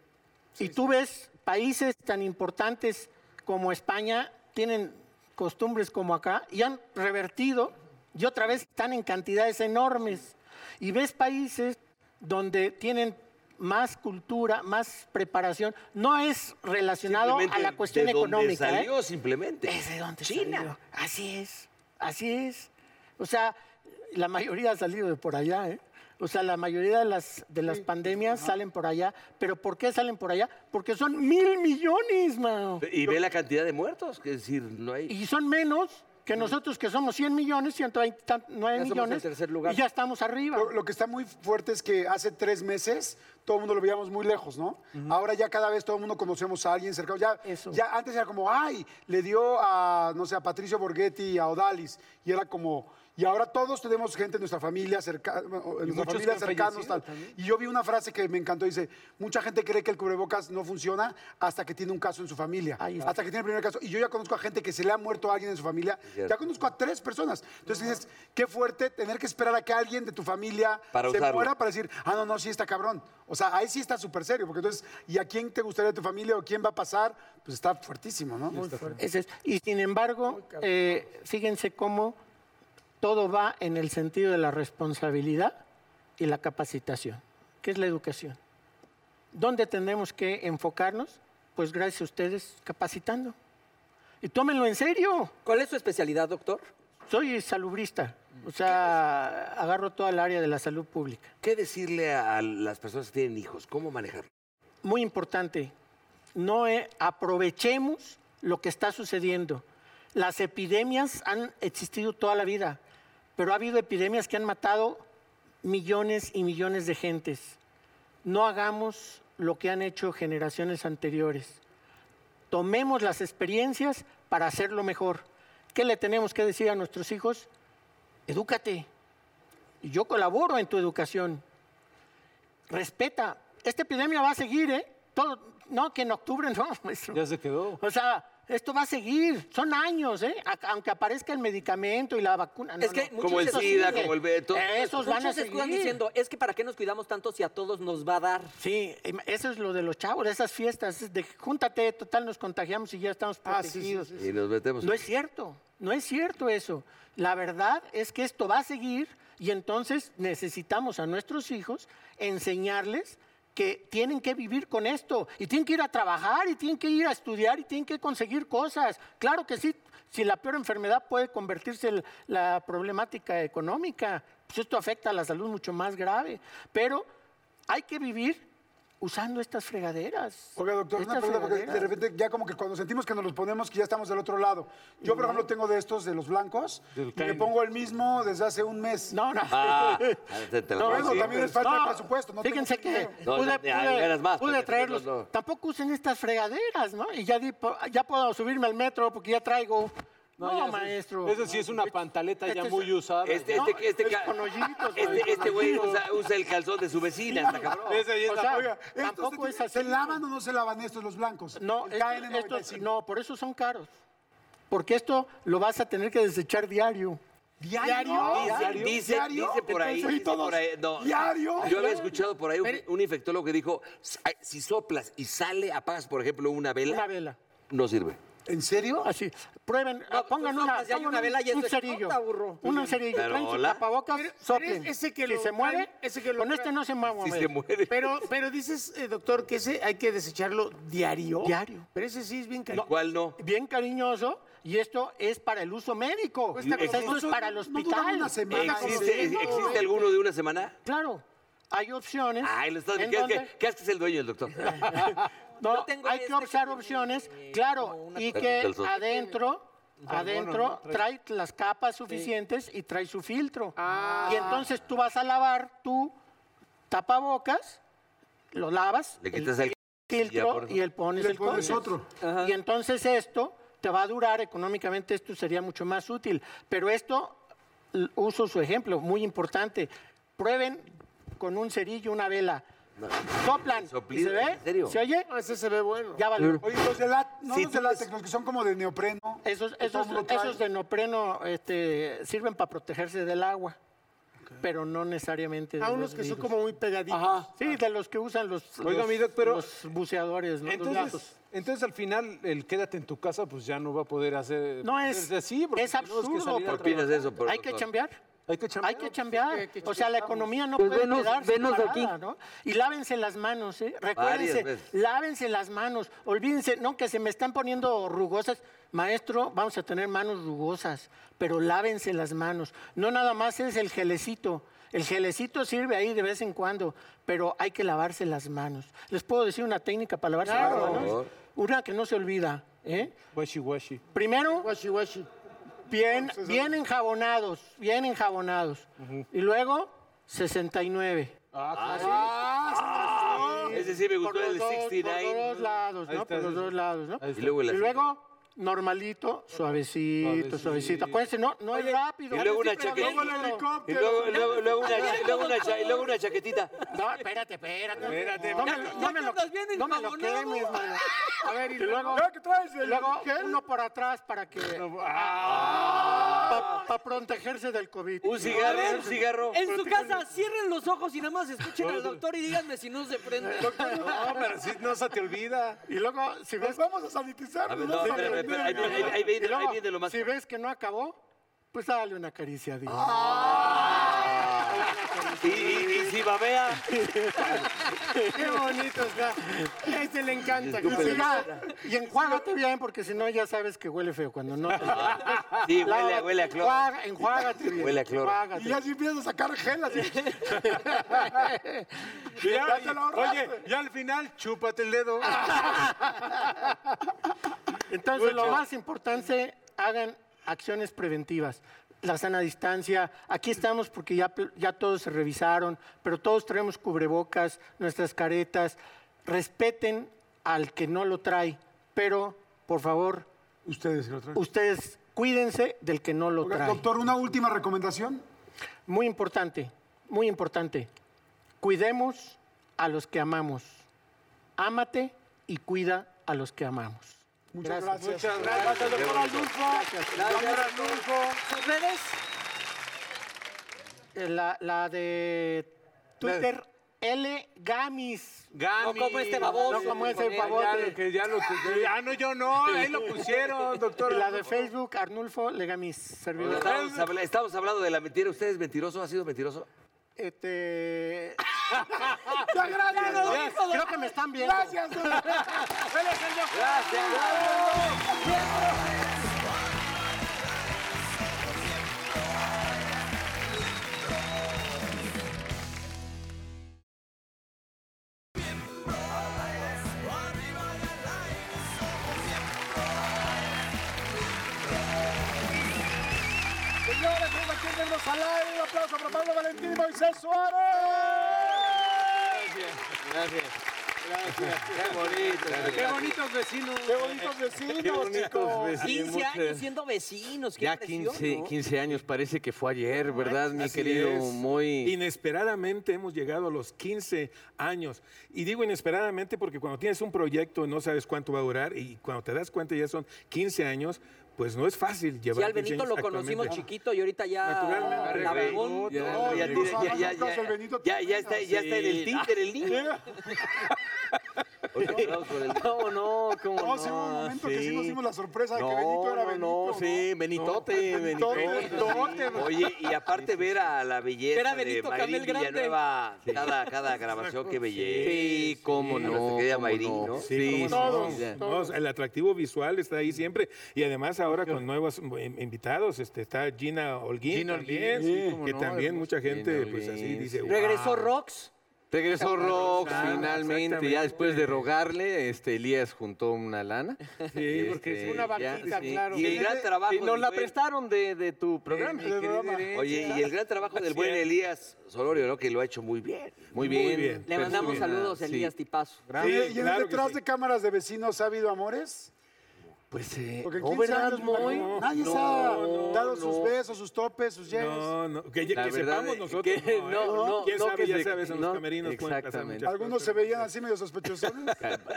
y tú ves países tan importantes como España, tienen costumbres como acá y han revertido y otra vez están en cantidades enormes. Y ves países donde tienen más cultura, más preparación, no es relacionado a la
Simplemente
cuestión
de dónde
económica. ¿eh?
salió simplemente.
¿Desde dónde
China.
salió? Así es, así es. O sea, la mayoría ha salido de por allá, ¿eh? O sea, la mayoría de las, de las pandemias salen por allá. ¿Pero por qué salen por allá? Porque son mil millones, mano.
Y ve la cantidad de muertos, que es decir, no hay...
Y son menos que nosotros, que somos 100 millones, 109
Ya somos
millones.
el tercer lugar.
Y ya estamos arriba.
Lo, lo que está muy fuerte es que hace tres meses todo el mundo lo veíamos muy lejos, ¿no? Ahora ya cada vez todo el mundo conocemos a alguien cercano. Ya,
Eso.
ya antes era como, ay, le dio a, no sé, a Patricio Borghetti y a Odalis. Y era como, y ahora todos tenemos gente en nuestra familia, cerca, en nuestra
muchos
familia
que han
cercanos.
fallecido
tal. Y yo vi una frase que me encantó, dice, mucha gente cree que el cubrebocas no funciona hasta que tiene un caso en su familia.
Ahí está.
Hasta que tiene el primer caso. Y yo ya conozco a gente que se le ha muerto a alguien en su familia.
cierto.
Ya conozco a tres personas. Entonces dices, qué fuerte tener que esperar a que alguien de tu familia
Para
se
usarlo.
muera para decir, ah, no, no, sí está cabrón. O sea, ahí sí está súper serio, porque entonces, ¿y a quién te gustaría de tu familia o quién va a pasar? Pues está fuertísimo, ¿no?
Ese es. Y sin embargo, eh, fíjense cómo todo va en el sentido de la responsabilidad y la capacitación, que es la educación. ¿Dónde tendremos que enfocarnos? Pues gracias a ustedes capacitando. Y tómenlo en serio.
¿Cuál es su especialidad, doctor?
Soy salubrista, o sea, agarro toda el área de la salud pública.
¿Qué decirle a a las personas que tienen hijos? ¿Cómo manejarlo?
muy importante. No eh, aprovechemos lo que está sucediendo. Las epidemias han existido toda la vida, pero ha habido epidemias que han matado millones y millones de gentes. No hagamos lo que han hecho generaciones anteriores. Tomemos las experiencias para hacerlo mejor. ¿Qué le tenemos que decir a nuestros hijos? Edúcate. Y yo colaboro en tu educación respeta. Esta epidemia va a seguir, ¿eh? Todo, no, que en octubre no, [LAUGHS] maestro.
Ya se quedó.
O sea, esto va a seguir. Son años, ¿eh? A- aunque aparezca el medicamento y la vacuna. no,
Es que
no.
muchos Como el
Esto
SIDA,
sigue.
como el Beto.
Esos van a
Muchos
seguir.
escudan diciendo, es que para qué nos cuidamos tanto si a todos nos va a dar.
Sí, em, eso es lo de los chavos, esas fiestas, es de júntate, total nos contagiamos y ya estamos
Ah, sí, sí,
protegidos.
sí,
Y nos metemos...
No es cierto, no es cierto eso. La verdad es que esto va a seguir y entonces necesitamos a nuestros hijos enseñarles que tienen que vivir con esto y tienen que ir a trabajar y tienen que ir a estudiar y tienen que conseguir cosas. Claro que sí, si la peor enfermedad puede convertirse en la problemática económica, pues esto afecta a la salud mucho más grave, pero hay que vivir usando estas fregaderas.
Oiga, doctor, una
Estas
pregunta, porque de
fregaderas.
repente ya como que cuando sentimos que nos los ponemos, que ya estamos del otro lado. Yo, por ejemplo, tengo de estos, de los blancos,
Del
y me
Kainet.
pongo el mismo desde hace un mes.
No, no. [LAUGHS]
Ah, te- te la
No,
voy a
eso
decir.
también es falta de presupuesto, no
Fíjense
tengo
que
dinero.
No,
pude,
no, ya,
pude-
de veras más,
pude
porque
traerlos.
no, no.
Tampoco usen estas fregaderas, ¿no? Y ya, di- po- ya puedo subirme al metro porque ya traigo. No,
ya sé.
maestro.
Esa sí es una pantaleta ya
este es-
muy usada.
Este,
No,
este, este,
es
ca-
con hoyitos, güey,
este,
con
este güey
hoyitos.
usa, usa el calzón de su
[LAUGHS]
vecina, está cabrón.
Esa ya es
O
la-
sea,
Oiga,
Estos
tampoco
se-
es así.
¿Se lavan o no se lavan estos los blancos?
No,
El
esto-
KN95.
estos- no, por eso son caros. Porque esto lo vas a tener que desechar diario.
¿Diario?
Dice,
¿Diario?
dice,
¿Diario?
dice por ahí.
Entonces,
dice por ahí, no.
¿Diario?
Yo había escuchado por ahí un, un infectólogo que dijo: "Si- ay, si soplas y sale, apagas, por ejemplo, una vela,
Una vela.
no sirve.
¿En serio?
Así. Prueben, ah, pongan
tú
una,
soplas, ya hay
pongan
una
un-
vela y
un
eso
cerillo.
explota, burro.
Un cerillo.
Pero,
Traen su
hola.
tapabocas,
Pero- pero
soplen.
es ese que
si
lo
se mueve,
traen, ese que lo
con este
traen.
no se mueve.
Si se muere.
Pero, pero dices, eh, doctor, que ese hay que desecharlo diario.
Diario.
Pero ese sí es bien caro.
¿Cuál no?
bien cariñoso y esto es para el uso médico.
Pues
Cuesta
O sea,
como-
esto es para el
No duran
hospital.
una semana. como
¿Existe,
cinco,
¿existe alguno de una semana?
claro, hay opciones.
Ay, lo estás
en
¿qué,
donde-
qué- qué haces el dueño, el doctor?
[LAUGHS] No,
Yo tengo
hay
este
que
que
usar
tiene,
opciones,
eh, como
claro,
una
y
Del-
que
del sol.
adentro, adentro trae las capas suficientes y trae su filtro.
Ah.
Y entonces tú vas a lavar tu tapabocas, lo lavas,
Le
el
quitas el. ya
filtro
pones
y él pones
Le
el
pones
cobre.
otro.
Y entonces esto te va a durar económicamente, esto sería mucho más útil. Pero esto, l- uso su ejemplo, muy importante. Prueben con un cerillo una vela. Soplan.
Soplido,
¿Se ve?
¿en serio?
¿Se oye?
No, ese se ve bueno.
Ya valió.
Oye, los de la, no
Si
los de
tú
látex, los que son como de neopreno.
Esos,
que todo
esos,
el mundo trae.
esos de nopreno este, sirven para protegerse del agua, pero no necesariamente
Ah,
de
A
los
unos que son
virus.
como muy pegaditos.
Sí, de los que usan los,
Oiga,
los-
mi doc, pero-
los buceadores, ¿no? Los gatos.
Entonces, entonces al final el quédate en tu casa pues ya no va a poder hacer
No es,
hacerse así porque
es
tenemos que
absurdo.
salir a
¿Qué opinas
trabajar.
de eso, pero,
Hay que
doctor?
chambear.
Hay que chambear.
Hay que chambear.
que- que
o sea, la economía
Pues
no puede
venos-
quedarse
venos
parada,
aquí.
¿no? Y lávense las manos, ¿eh? Recuérdense,
veces.
lávense las manos. Olvídense, no, que se me están poniendo rugosas. Maestro, vamos a tener manos rugosas, pero lávense las manos. No nada más es el gelecito. El gelecito sirve ahí de vez en cuando, pero hay que lavarse las manos. Les puedo decir una técnica para lavarse las manos. Una que no se olvida, ¿eh?
Washi, washi.
Primero,
Washi, washi.
Bien, bien enjabonados, bien enjabonados. Y luego, 69.
Ese sí me
Por
gustó
los,
el
dos, por los
69.
dos lados,
Ahí
¿no?
está,
por los
sí, sí.
dos lados, ¿no?
Ahí
Y luego, el
Y
así.
luego, normalito, suavecito, suavecito.
Suavecito.
Acuérdense, no, no es rápido.
y luego una
Pero
chaqueta.
luego, luego.
Y luego, luego,
pues,
luego una, y luego una cha- y luego una chaquetita.
No, espérate, espérate.
Espérate,
No me
ya-
lo-
ya
no me lo-
andas bien
no me lo
enjabonado.
quemes, mano.
A
[LAUGHS]
ver, y
Y luego,
Ah, ¿qué traes?
y
El-
luego
¿qué?
uno por atrás para que...
ah.
Para protegerse del COVID.
Un cigarro, un cigarro.
En su casa, cierren los ojos y nada más escuchen al doctor y díganme si no se [LAUGHS] prende.
No, pero sí, no se te olvida.
Y luego, si ves
Pues
Nos vamos a sanitizar.
A ver,
nos
no,
vamos a
espérame, espérame, ahí viene- ahí- ahí
Y
viene- ahí
luego,
viene lo más.
si ves que no acabó, pues dale una caricia. digo.
Ah. Y, y- y si
[LAUGHS]
babea,
qué bonito está. Este le encanta.
Y, si ya- y enjuágate bien, porque si no ya sabes que huele feo cuando no. te-
sí, huele, a-
Lávate,
huele a cloro.
enjuaga- enjuágate bien.
Huele a cloro.
enjuágate.
Y ya si empiezas a sacar gel así.
[LAUGHS]
Ya,
Ya te lo ahorraste.
oye, ya al final, chúpate el dedo.
Ah. Entonces, lo más importante, hagan acciones preventivas. La sana distancia. Aquí estamos porque ya, pl- ya todos se revisaron, pero todos traemos cubrebocas, nuestras caretas. Respeten al que no lo trae, pero por favor,
Ustedes lo traen.
ustedes cuídense del que no lo
Oiga,
trae.
Doctor, una última recomendación.
Muy importante, muy importante. Cuidemos a los que amamos. Ámate y cuida a los que amamos.
Muchas gracias.
Muchas gracias, doctor
¿Sus redes?
Eh, La, la de Twitter, L. Gamis.
Gami.
No como este baboso.
No como ese
Con él, ya
Ya
pavote.
lo que ya lo que- Ah, no, yo no. Ahí lo pusieron, doctor.
Y la de Facebook, Arnulfo Legamis, servidor.
Estamos, habla- estamos hablando de la mentira. ¿Usted es mentiroso? ¿Ha sido mentiroso?
[LAUGHS]
Este, [LAUGHS]
Muchas gracias.
creo que me están viendo.
Gracias, doctor.
Miembros
señores, tenemos aquí en Negros al Aire. Un aplauso para Pablo Valentín y Moisés Suárez.
Gracias. Qué bonito.
Qué bonitos vecinos.
Qué bonitos vecinos,
Qué bonitos
chicos.
vecinos.
15 años siendo vecinos, qué
Ya
impresión,
15,
¿no?
15 años, parece que fue ayer, ¿verdad, mi
Así
querido?
es.
Muy.
Inesperadamente hemos llegado a los 15 años. Y digo inesperadamente porque cuando tienes un proyecto no sabes cuánto va a durar y cuando te das cuenta ya son 15 años, pues no es fácil llevar
Sí, al
15
Benito
años
lo conocimos
actualmente.
chiquito y ahorita ya
Naturalmente,
la
Rey.
vagón.
Ya,
No,
ya
no,
tiene-
no,
ya- ya-
no,
ya-
el Benito
ya- ya está, ya está en el Sí. Tinder, el
[LAUGHS]
Tinder.
Oye, con el-
¿Cómo no? ¿Cómo no?
No, sí hubo un momento que sí nos dimos la sorpresa de que
No,
Benito era
no,
Benito.
No, sí, Benitote, Benitote.
Benitote,
Sí.
Oye, y aparte ver a la
Ver
belleza
a
de
Benito
Mayrín
Camel Grande.
Villanueva cada,
[LAUGHS]
cada grabación, qué belleza.
Sí, cómo
Sí,
no.
nuestra querida
cómo
Mayrín,
no.
¿no?
Sí,
Sí,
sí,
todos,
sí.
todos. El atractivo visual está ahí siempre. Y además ahora con nuevos eh, invitados este, está Gina Holguín
Gina
también,
Holguín, sí, cómo
que
no,
también
hermosa.
mucha gente
Gina
pues así
Holguín,
dice,
sí.
"Wow".
Regresó Rox.
Regresó Rox
Ah,
finalmente, ya
exactamente.
después de rogarle, este Elías juntó una lana.
Sí, porque
Este,
es una
ya,
barquita,
sí.
claro.
Y el gran trabajo.
Sí, nos
del
la
buen-
prestaron de, de tu programa.
mi querida Irene.
Oye, y el gran trabajo del buen Elías Solorio, ¿no? Que lo ha hecho muy bien.
muy
Muy
bien.
bien.
Le mandamos
persona,
saludos,
sí.
Elías Tipazo.
Gran-
Oye, ¿Y
Sí,
en el
claro que
detrás
sí.
de cámaras de vecinos ha habido amores?
Pues, eh,
Porque en
¿no,
15
verdad,
años no,
Moy?
nadie se ha
no,
dado
no.
sus besos, sus topes, sus llegues.
No, no, que, ya-
La
que
verdad,
sepamos
eh,
nosotros.
que-
no, ¿eh?
no, no,
¿Quién
no,
sabe?
que
ya
se-
sabes, en
no,
los camerinos pueden pasar
exactamente.
muchas
Algunos se
cosas.
veían así
[LAUGHS]
medio sospechosos.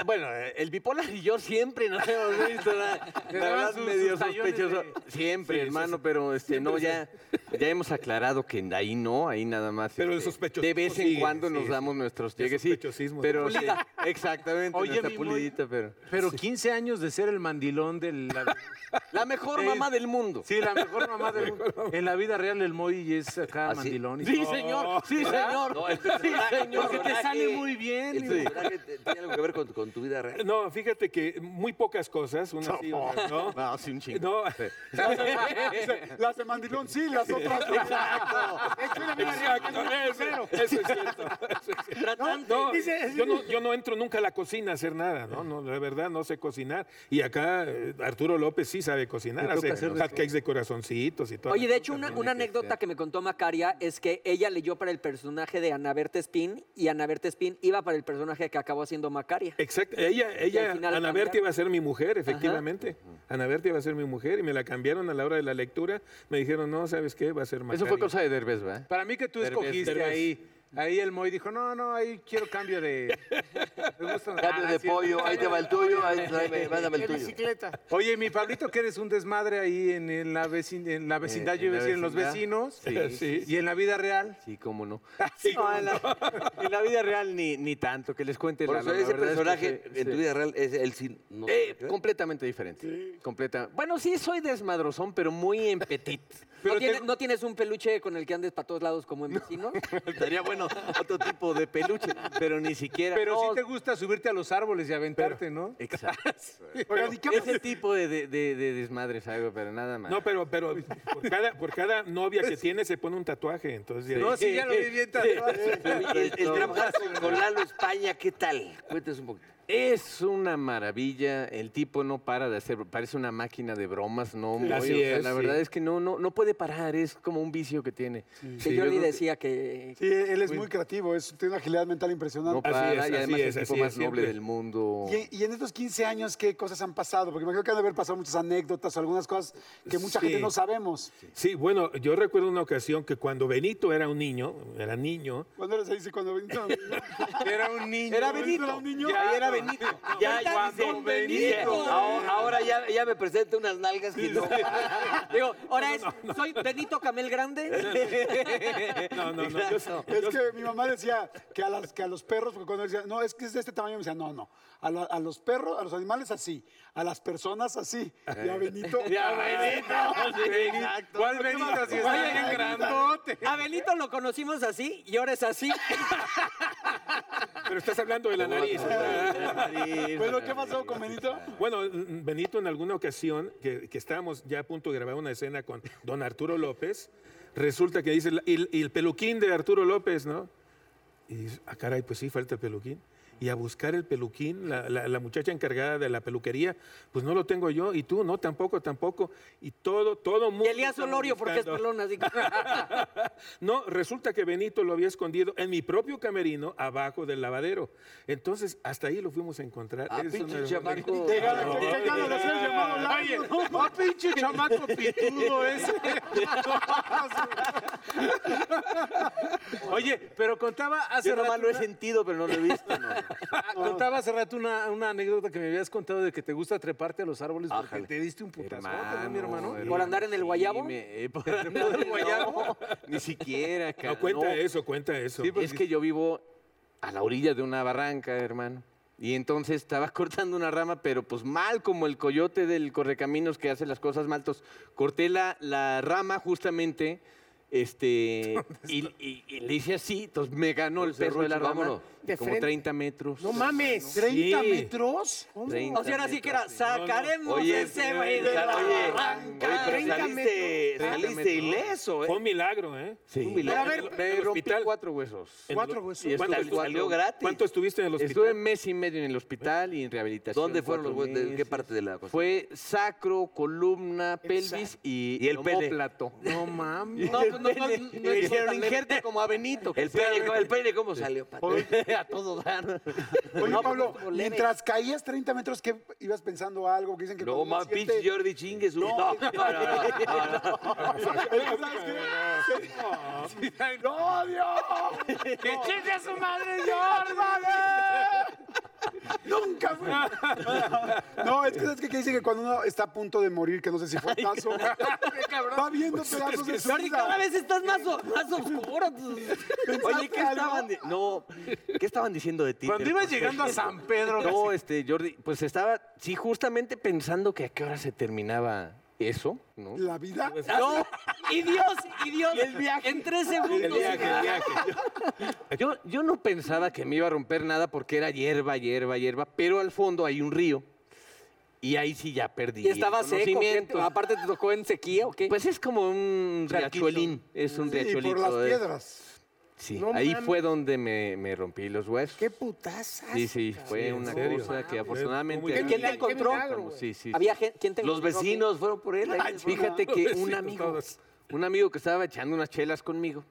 Bueno, eh, el bipolar y yo siempre nos hemos visto, la, [LAUGHS] la
Se daban
verdad,
sus-
medio
sus tallones
sospechoso.
de-
Siempre,
Sí, sí,
hermano,
sí.
pero este, no, ya, ya hemos aclarado que ahí no, ahí nada más.
Pero el
este,
sospechosismo
De vez en
sigue,
cuando
sí,
nos
sí.
damos nuestros
El
llegues, sí.
sospechosismo.
Pero este, sí, [LAUGHS] exactamente,
Oye,
nuestra
mi Moy.
pulidita, pero...
Pero 15 años de ser el mandilón de la...
[LAUGHS] La mejor
Sí.
mamá del mundo.
Sí, la mejor mamá
[LAUGHS]
del mundo. En la vida real el Moy es
¿Ah,
acá
sí?
mandilón. y
Sí,
todo.
señor, sí, señor.
No, el personaje,
señor,
el
que te
personaje-
sale muy bien.
El personaje te- tiene algo que ver con, con tu vida real.
No, fíjate que muy pocas cosas, una sí, otra no.
No, sí, un chingo.
No, [LAUGHS]
las de Mandilón sí, las otras
[LAUGHS]
no.
exacto, eso, eso es cierto. No, yo, no, yo no entro nunca a la cocina a hacer nada, ¿no? no la verdad, no sé cocinar. Y acá eh, Arturo López sí sabe cocinar, hace hotcakes de corazoncitos y todo.
Oye, de hecho, una, una anécdota que me contó Macaria es que ella leyó para el personaje de Ana Berta Spin y Ana Berta Spin iba para el personaje que acabó haciendo Macaria.
Exacto, ella, ella,
al final
Ana
cambiaron.
Berta iba a ser mi mujer, efectivamente. Ana Berta iba a ser mi mujer y me la cambiaron a la hora de la lectura. Me dijeron, no, ¿sabes qué? Va a ser más.
Eso fue cosa de Derbez, ¿verdad?
Para mí que tú
Derbez,
escogiste
Derbez.
ahí. Ahí el Moy dijo, no, no, ahí quiero cambio de... me gusta-
Cambio
Ah,
de
sí, no.
pollo, ahí te va el tuyo, ahí tráeme, mándame el tuyo.
Oye, mi Pablito, que eres un desmadre ahí en, en la, vecin- en la vecindad,
Eh,
yo iba a
en la
decir, en los
vecindad.
vecinos.
Sí,
Y en la vida real.
Ah, Sí, cómo [LAUGHS] no. No, en, la, [LAUGHS] en la vida real ni, ni tanto, que les cuente
Por
la-
eso
la
ese
verdad es que
personaje
sí,
en tu
sí.
vida real es el sin. no-
Eh,
¿verdad?
completamente diferente. Completa- Bueno, sí, soy desmadrozón, pero muy en petit. [LAUGHS]
¿No, tiene- no tienes un peluche con el que andes para todos lados como en vecino?
Estaría bueno otro tipo de peluche, pero ni siquiera.
Pero
no,
sí te gusta subirte a los árboles y aventarte, ¿no?
[LAUGHS] Exacto.
Oigan, ¿y qué más?
Ese tipo de, de, de- de desmadres algo, pero nada más.
No, pero, pero por, cada, por cada novia que tiene se pone un tatuaje. Entonces, ya-
No, sí, ya lo vi bien tatuado.
Oye, el, el trabajar con, con Lalo España, ¿qué tal? Cuéntanos un poquito.
Es una maravilla, el tipo no para de hacer, parece una máquina de bromas, ¿no? Moy?
así
O sea,
es,
la
sí.
verdad es que no, no, no puede parar, es como un vicio que tiene. Sí, yo
Que Jordi
creo que
decía que...
Sí, él es muy creativo, es, tiene una agilidad mental
No
impresionante.
para,
es,
y
así
además
es,
el tipo
así
más
es,
noble
siempre.
del mundo.
Y, y en estos 15 años, ¿qué cosas han pasado? Porque me creo que han de haber pasado muchas anécdotas o algunas cosas que mucha
Sí.
gente no sabemos.
Sí, bueno, yo recuerdo una ocasión que cuando Benito era un niño, era niño,
¿Cuándo eres ahí? Sí, cuando viniste a
[LAUGHS] Era un niño.
Era Benito. Era un niño.
Ya,
era
Benito.
Ya, ya,
Cuando
dice,
Benito.
ahora, ahora ya, ya me presenta unas nalgas que no.
[LAUGHS] Digo, ahora es, soy Benito Camel
[LAUGHS]
Grande.
No, no, no. yo-
[LAUGHS] Es que mi mamá decía que a, las, que a los perros, porque cuando decía, no, es que es de este tamaño, me decía, no, no. A, la- a los perros, a los animales así, a las personas así. Y a Benito. [LAUGHS]
Benito. ¿Cuál Benito? Si está bien grandote.
A Benito lo conocimos así y ahora es así.
pero estás hablando de la nariz.
Bueno, ¿qué pasó con Benito?
Pues, Bueno, Benito en alguna ocasión, que, que estábamos ya a punto de grabar una escena con don Arturo López, resulta que dice, "La- y, y el peluquín de Arturo López, ¿no? Y dice, ah, caray, pues sí, falta el peluquín. y a buscar el peluquín, la, la- la muchacha encargada de la peluquería, pues no lo tengo yo, y tú no, tampoco, tampoco, y todo, todo mundo.
Y Elías
estamos
Olorio, porque es
buscando.
pelón, así que.
No, resulta que Benito lo había escondido en mi propio camerino, abajo del lavadero. Entonces, hasta ahí lo fuimos a encontrar.
Ah,
Es una-
pinche chamaco.
Qué gana- qué- qué gana de ser llamado Lalo.
Oye, no pinche chamaco pitudo ese.
[LAUGHS] Oye, pero contaba hace
Yo nomás
rato
lo he
una-
sentido, pero no lo he visto. no.
Ah, [LAUGHS] Contaba hace rato una, una anécdota que me habías contado de que te gusta treparte a los árboles porque
Ájale.
te diste un putazo,
Hermano,
mi hermano?
¿Por andar en el guayabo?
Sí, me- eh, por andar en [LAUGHS] el guayabo. ni siquiera, cara,
No, cuenta
no.
eso, cuenta eso.
Sí, pues, Es que yo vivo a la orilla de una barranca, hermano. Y entonces estaba [LAUGHS] cortando una rama, pero pues mal como el coyote del correcaminos que hace las cosas mal. Entonces, corté la, la rama justamente
[LAUGHS]
este, y, y- y le hice así. Entonces me ganó el
Dulce
perro de la
Ruchi,
rama.
vámonos.
De
como
frente.
30 metros.
No mames.
¿30
Sí.
metros?
O sea, ahora sí que era, sacaremos
Oye,
ese güey de
oye,
la
oye,
barranca.
oye, pero
30
saliste,
metros.
saliste ileso, ¿eh?
Fue un milagro, ¿eh?
Sí. Un milagro.
Pero a ver,
me
en el
rompí
hospital-
cuatro huesos.
En
Cuatro
lo-
huesos.
Y
¿Cuánto
esta-
estuviste-
salió gratis.
¿Cuánto estuviste en el hospital?
Estuve mes y medio en el hospital y en rehabilitación.
¿Dónde fueron los
cuatro
huesos? ¿De qué
meses.
parte de la cosa?
Pues Fue sacro, columna, pelvis y,
Y el pene.
omóplato.
No mames.
No, pues no, no, no
Le
es
hicieron
tan-
injerto como a Benito.
El pene, ¿cómo- el pene cómo salió? padre?
a todo dar.
Oye,
No,
Pablo,
pues, no, leve.
mientras caías 30 metros, ¿qué ibas pensando algo? Que dicen que
No,
cuando este
más
uno siente-
pinche Jordi chingues. No, no, no, no, no, no.
¿Sabes qué? ¡No, odio!
¡Que chingue a su madre,
¡Nunca fui! No, es que sabes qué? que dicen que cuando uno está a punto de morir, que no sé si fue el caso, va viendo pedazos de su
Jordi, cada
vida.
vez estás más, o- más oscuro.
Oye, ¿qué estaban, di- no, ¿qué estaban diciendo de ti?
Cuando
Del
ibas
consejo?
llegando a San Pedro,
No, este, Jordi, pues estaba, sí, justamente pensando que a qué hora se terminaba eso, ¿no?
La vida.
Pues,
[LAUGHS]
No, y Dios, y Dios. En tres segundos.
Yo, yo no pensaba que me iba a romper nada porque era hierba, hierba, hierba, pero al fondo hay un río y ahí sí ya perdí.
Y estaba
el
seco. ¿qué?
conocimiento.
Aparte te tocó en sequía o qué?
Pues es como un
Charquito.
riachuelín, es un
Y
riachuelito.
por las
eh.
piedras.
Sí,
No
ahí
mames.
fue donde me, me rompí los huesos.
Qué putazas.
Sí, sí, fue
Sí, en
una
serio.
cosa que
Fue-
afortunadamente...
fue muy-
¿Quién te
aquí
encontró?
estamos, Sí, sí, sí.
Había gente, ¿quién te
Los
encontró?
vecinos fueron por él. ahí les fueron a-
Fíjate que un [LAUGHS]
Sí,
amigo,
todos.
un amigo que estaba echando unas chelas conmigo,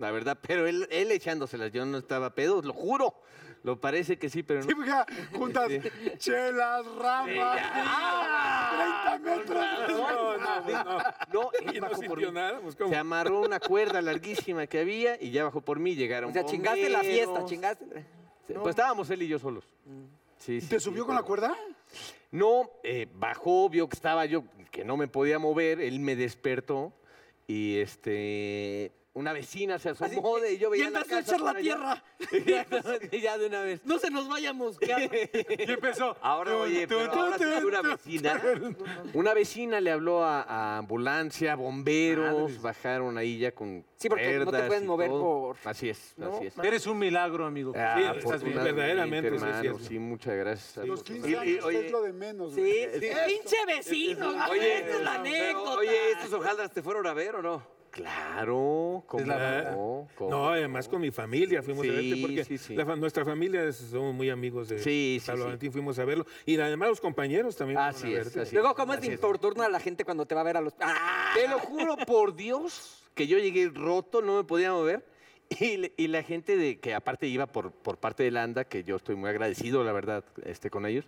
la verdad, pero él, él echándoselas, yo no estaba pedo, lo juro. Lo parece que sí, pero no.
Sí, porque ya
[LAUGHS]
juntas chelas,
Ah,
ramas, ¡30 metros!
¡Ah! No,
Y
él
no
bajó por
sintió
mí.
nada. pues, ¿cómo?
Se amarró una cuerda larguísima que había y ya bajó por mí, llegaron
O sea, chingaste la fiesta,
bomberos.
chingaste. Mm.
Sí, Pues estábamos él y yo solos. Sí,
¿Y
sí,
te
sí,
subió con la
pero-
cuerda?
No, eh, bajó, vio que estaba yo, que no me podía mover, él me despertó y este... Una vecina se asomó
[LAUGHS]
de [LAUGHS] yo
Y
veía la
empezó a
casa
echar la
por allá.
tierra.
Exactamente, ya de una vez.
No se nos vaya a [LAUGHS] mosquear.
Y empezó.
Ahora, oye, pero ahora sí que una vecina, [LAUGHS] una vecina le habló a, a ambulancia, bomberos, bajaron ahí ya con
Sí, porque no te
cuerdas
pueden
y
mover
todo.
por-
Así es, así es.
Eres un milagro, amigo.
Ah,
Sí, estás bien,
afortunadamente,
verdaderamente, sí, sí,
hermano,
es-
sí, muchas gracias. a
Los
Dios.
15 años es lo de menos. güey.
Sí, pinche vecino. Oye, esta es la anécdota.
Oye, ¿estos hojaldras te fueron a ver o no?
Claro, ¿cómo
la-
no? ¿Cómo
No, además con mi familia fuimos a verte
Sí,
porque
sí, sí.
la fa- nuestra familia es- somos muy amigos de
Sí, sí,
Pablo
sí.
Valentín, fuimos a verlo. Y además los compañeros también
Así
fueron a
es,
verte.
así es.
Luego, ¿cómo es de importuna a la gente cuando te va a ver a los... ¡Ah!
Te lo juro por Dios que yo llegué roto, no me podía mover. Y, le- y la gente de que aparte iba por, por parte de la ANDA, que yo estoy muy agradecido, la verdad, este, con ellos.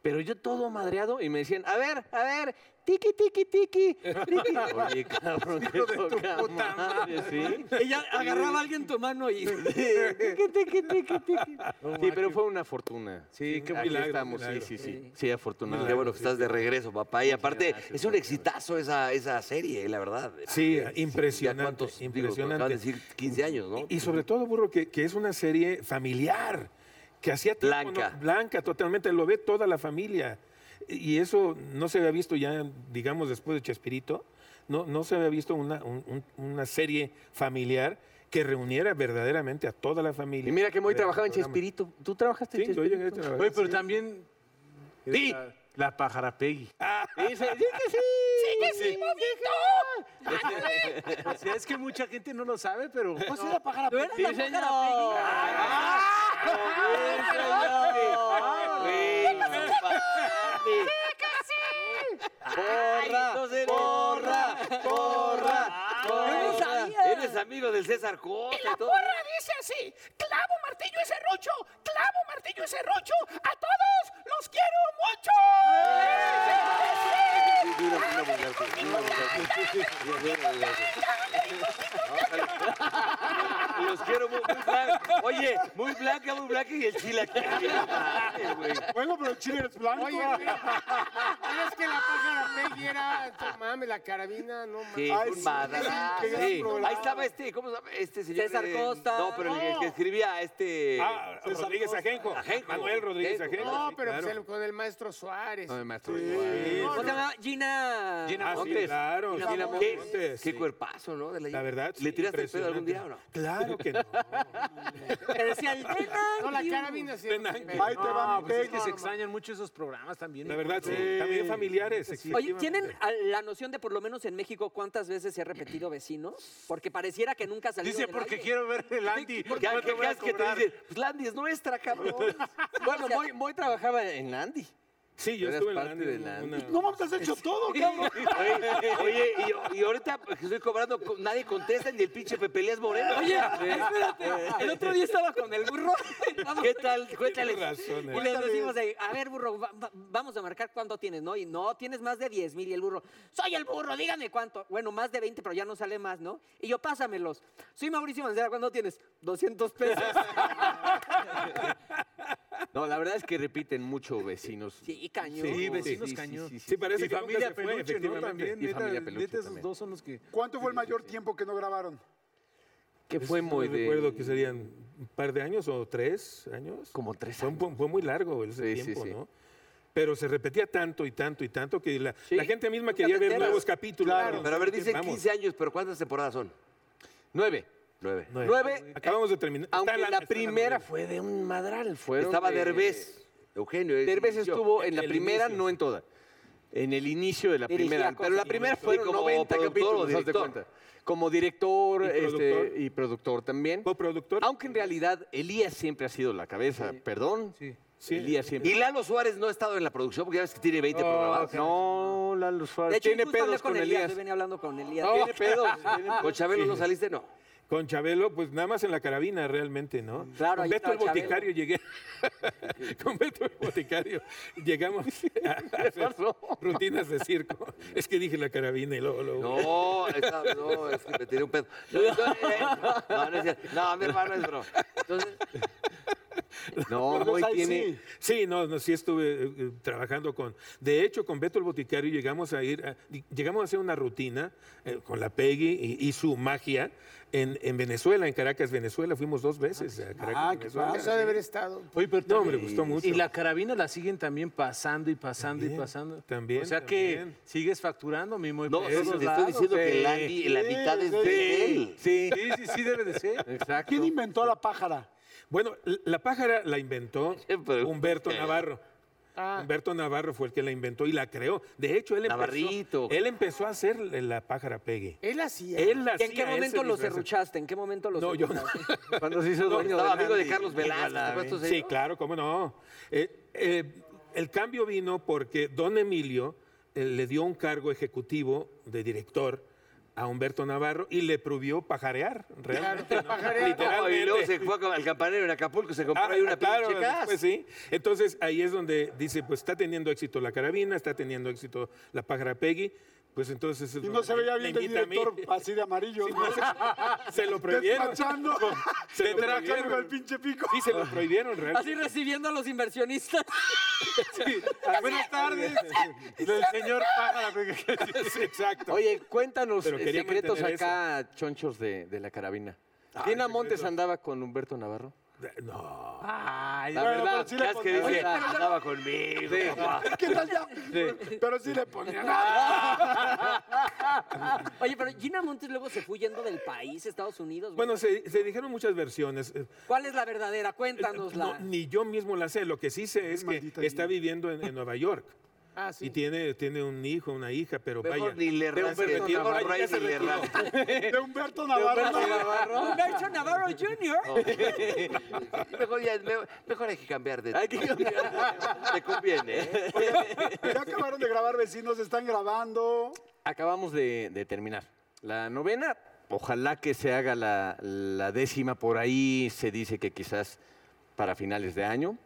Pero yo todo madreado y me decían, a ver, a ver, tiki, tiki, tiki. tiki". Oye, cabrón, qué poca madre, ¿sí?
Ella agarraba a alguien tu mano y...
Tiki, tiki, tiki, tiki.
Oh,
Sí, pero fue una fortuna. Sí,
qué
Aquí
milagro,
estamos, sí,
milagro.
sí, sí. Sí,
Qué
afortunadamente.
bueno que estás de regreso, papá. Y aparte, es un exitazo esa, esa serie, eh, la verdad.
Sí,
Ya
impresionante,
cuántos, digo,
impresionante.
acaban de decir 15 años, ¿no?
Y sobre todo, Burro, que, que es una serie familiar, que hacía tiempo, ¿no?
Blanca.
blanca totalmente, lo ve toda la familia. Y eso no se había visto ya, digamos, después de Chespirito, no, no se había visto una, un- un- una serie familiar que reuniera verdaderamente a toda la familia.
Y mira que Moy trabajaba en
Programa.
Chespirito. ¿Tú trabajaste
Sí,
en
yo
Chespirito?
llegué a trabajar.
Oye, pero también...
Sí.
La, [LAUGHS] la pajarapegui.
Sí, sí, sí, que sí. Pues sí.
[LAUGHS] O sea, es que mucha gente no Ah, lo sabe, pero... Pues
¿Vas a ir a pagar a
¿Tú eras
Sí,
la
señor.
pájara Peggy?
Entonces, ¡Porra! ¡Porra! ¡Porra!
Yo no sabía.
Eres amigo del César Costa. y todo.
dice así: clavo, martillo y serrucho, clavo, martillo y serrucho. A todos los quiero mucho.
Mira, mira, mira, mira, mira, mira, mira, mira. Los quiero muy, muy blanca. Oye, muy blanca, muy blanca y el chile aquí. güey.
Bueno, pero el chile es blanco.
Oye, mira,
Ah,
¿sabes que la pájara Peggy era, no mames, la carabina, no mames.
Sí,
Ay,
un
sí,
madrazo.
qué gran
Sí.
programa.
Ahí estaba este, ¿cómo se llama? Este señor.
César
eh,
Costa.
No, pero el que- el que escribía este.
Ah, Rodríguez Ajenjo.
Ajenjo.
Manuel Rodríguez
Ajenjo.
Ajenjo.
No,
sí,
pero
claro.
pues, el- con el maestro Suárez.
No, el maestro. igual.
¿Cómo se llama? Gina.
Ah, sí,
Montes.
claro.
Gina
Gina
Montes.
Montes,
Qué
sí.
cuerpazo, ¿no? De
La verdad,
¿Le
sí,
tiraste el pedo algún día o
impresionante.
no?
Claro que no.
Que decía el Renan.
No, la
y un-
carabina sí. era
Renan.
Peggy.
Ahí te va mi
pues es que
Peggy.
se extrañan mucho esos programas también. ¿eh?
La verdad, sí. También familiares.
Oye,
efectivamente.
¿tienen a- la noción de por lo menos en México cuántas veces se ha repetido vecinos? Porque pareciera que nunca salió.
Dice,
del
porque
aire".
quiero ver el Andy.
¿Qué,
¿Cuánto
qué,
voy a
crees que te
cobrar?
dicen? Pues [LAUGHS] Landy es nuestra,
[LAUGHS]
cabrón.
Bueno, Moy, Moy trabajaba en Andy.
Sí, yo
Eras
estuve en
parte de la-
la una- pues,
No mames, has hecho todo, cabrón.
[LAUGHS] oye, oye, y, y ahorita que estoy cobrando, co- nadie contesta ni el pinche Pepe Elías Moreno.
Oye, espérate. El otro día estaba con el burro. Vamos.
[LAUGHS] ¿Qué tal? Cuéntale.
Tienes razón,
Y
eh.
le decimos, de, a ver, burro, va- va- vamos a marcar cuánto tienes, ¿no? Y no, tienes más de 10 mil. Y el burro, soy el burro, dígame cuánto. Bueno, más de 20, pero ya no sale más, ¿no? Y yo, pásamelos. Soy Mauricio Mancera, ¿cuánto tienes? 200 pesos.
No, la verdad es que repiten mucho vecinos.
Sí, cañón.
Sí, vecinos
sí, sí,
cañón.
sí, sí,
Sí, parece
y
que nunca
familia
se fue,
peluche, ¿no?
efectivamente.
También,
Y
neta,
familia peluche
neta, esos
también.
dos son los que...
¿Cuánto fue el mayor tiempo que no grabaron?
¿Qué fue
No
Moy? de-
recuerdo que serían un par de años o tres años.
Como tres
Fue, un- fue- fue muy largo ese
Sí, sí,
tiempo,
sí.
¿no? Pero se repetía tanto y tanto y tanto que la,
Sí.
la gente misma
Nunca
quería
te
ver
enteras.
nuevos capítulos.
Pero a ver,
Vamos.
dicen 15 años, pero ¿cuántas temporadas son?
Nueve.
Nueve.
Nueve.
Nueve.
Acabamos de terminar. Está
Aunque la,
está
primera
novela.
fue de un madral. Fueron
Estaba
de-
Derbez, Eugenio. es-
Derbez
inició.
estuvo en la
el
primera,
inicio,
no
sí.
en toda. En el inicio de la
Dirigía
primera.
cosas.
Pero la primera
Sí,
fue
como
como 90
productor o
capítulos, haz de
director.
cuenta. Como director
Y
este, y productor,
productor.
también.
Coproductor.
Aunque en realidad Elías siempre ha sido la cabeza. Perdón.
Sí. Oh,
Elías siempre.
Y Lalo Suárez no ha estado en la producción porque ya ves que tiene 20 programas.
[LAUGHS] No, Lalo Suárez.
De hecho,
tiene
justo hablé
pedos con, Elías.
Yo venía hablando con Elías.
Tiene
[LAUGHS]
pedos.
Con
Pues,
Chabelo no saliste, no.
Con Chabelo, pues nada más en la carabina realmente, ¿no?
Claro, ahí
Con Beto
estaba
el Boticario llegué. [LAUGHS] Con Beto el Boticario llegamos a, a hacer rutinas de circo. Es que dije la carabina y luego, luego.
No, esa- no, es que me tiré un pedo. No, no, eh, no, no es cierto. No, mi hermano es bro. Entonces,
No,
Pues
Moy
ahí
tiene.
sí.
Sí, no, no, sí estuve eh, eh, trabajando con. De hecho, con Beto el Boticario llegamos a ir, a- di- llegamos a hacer una rutina eh, con la Peggy y, y su magia en, en Venezuela, en Caracas, Venezuela. Fuimos dos veces a Caracas,
Ah, qué
Venezuela.
Eso ha de haber estado.
Oye, pero
No, me
también-
gustó mucho.
Y la carabina la siguen también pasando y pasando y
También,
pasando.
también,
O sea
también.
que sigues
[LAUGHS]
facturando, mi muy
no,
por
solo
todos
te estoy
lados. eh.
diciendo que
Sí.
el Andy, la mitad es de
Sí,
él.
sí, sí, sí, sí, debe de ser.
Exacto.
¿Quién inventó a la pájara?
Bueno, l- la pájara la inventó
Qué pregunta.
Humberto Navarro.
Ah.
Humberto Navarro fue el que la inventó y la creó. De hecho, él empezó,
Navarrito.
él empezó a hacer la pájara Peggy.
Él hacía.
Él la
¿Y en qué
hacía, él
momento
se disfrazaba.
los cerruchaste? ¿En qué momento los
No, yo no.
[LAUGHS] cerruchaste?
Cuando se hizo
No,
dueño
estaba
del
amigo de
Andy.
Carlos Velázquez, ¿te acuerdas de ese
Sí,
señor?
claro, cómo no. Eh, eh, el cambio vino porque don Emilio eh, le dio un cargo ejecutivo de director a Humberto Navarro y le prohibió pajarear, realmente. ¿no?
No, [LAUGHS] y luego
Literalmente.
se fue al campanero en Acapulco, se compró
Ah,
ahí una
claro,
pinche casa.
después pues sí. Entonces ahí es donde dice, pues está teniendo éxito la carabina, está teniendo éxito la pájara Peggy, pues entonces... es
Y no
donde
se veía
me
bien el
invita a mí.
director así de amarillo.
Sí, no, se, se
[LAUGHS]
lo prohibieron.
Despachando.
Se lo
Trácalo
prohibieron.
el pinche pico.
Sí, se lo prohibieron realmente.
Así recibiendo a los inversionistas.
Buenas tardes. Del señor Pájara.
[LAUGHS] Sí, exacto.
Oye, cuéntanos
Pero
eh,
quería
secretos
mantener Ah,
acá, chonchos de, de la carabina. ¿Quién a Montes andaba con Humberto Navarro?
No.
la
bueno,
verdad,
pero sí
Ya
le
es que
pondría-
dice, andaba conmigo. papá.
[LAUGHS]
¿Qué tal ya? Pero sí le ponía.
[LAUGHS] Oye, pero Gina Montes luego se fue yendo del país, Estados Unidos. güey.
Bueno, se, se dijeron muchas versiones. Eh,
¿Cuál es la verdadera?
No,
Cuéntanosla.
ni yo mismo la sé. Lo que sí sé es que
Maldita
está
Gina.
viviendo en, en Nueva York.
[LAUGHS] Ah, sí.
Y tiene, tiene un hijo, una hija, pero
Mejor
vaya.
ni le
Tengo
rasque,
permitido,
mejor
vaya,
Ray
ya se
ni le
retiró. [LAUGHS]
rasque.
[LAUGHS] De Humberto Navarro.
eh,
Humberto Navarro Jr.
Mejor, ya, me- mejor hay que cambiar de Te conviene. ¿eh?
Ya acabaron de grabar vecinos, están grabando.
Acabamos de, de terminar la novena. Ojalá que se haga la, la décima por ahí. Se dice que quizás para finales de año,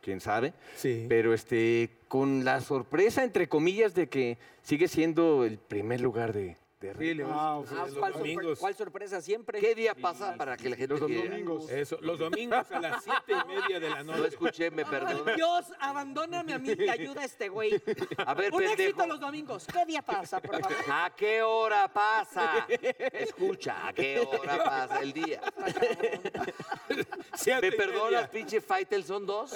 quién sabe.
Sí.
Pero este, con la sorpresa, entre comillas, de que sigue siendo el primer lugar de, de
Sí, le-
Ah,
pues, los
¿cuál, sorpre-
domingos.
cuál sorpresa siempre?
¿Qué día pasa para que la gente
Los
quiera?
domingos. Eso, los domingos a las siete y media de la
No
noche.
escuché, me
Ay,
perdono.
Dios, abandóname a mí y ayuda a este güey.
[LAUGHS] A ver,
Un éxito
pendejo.
los domingos. ¿Qué día pasa, por favor?
¿A qué hora
[LAUGHS]
pasa? Escucha, ¿a qué hora pasa el día? ¿Me
Siete y
perdonas,
media.
pinche Faitel? Son dos.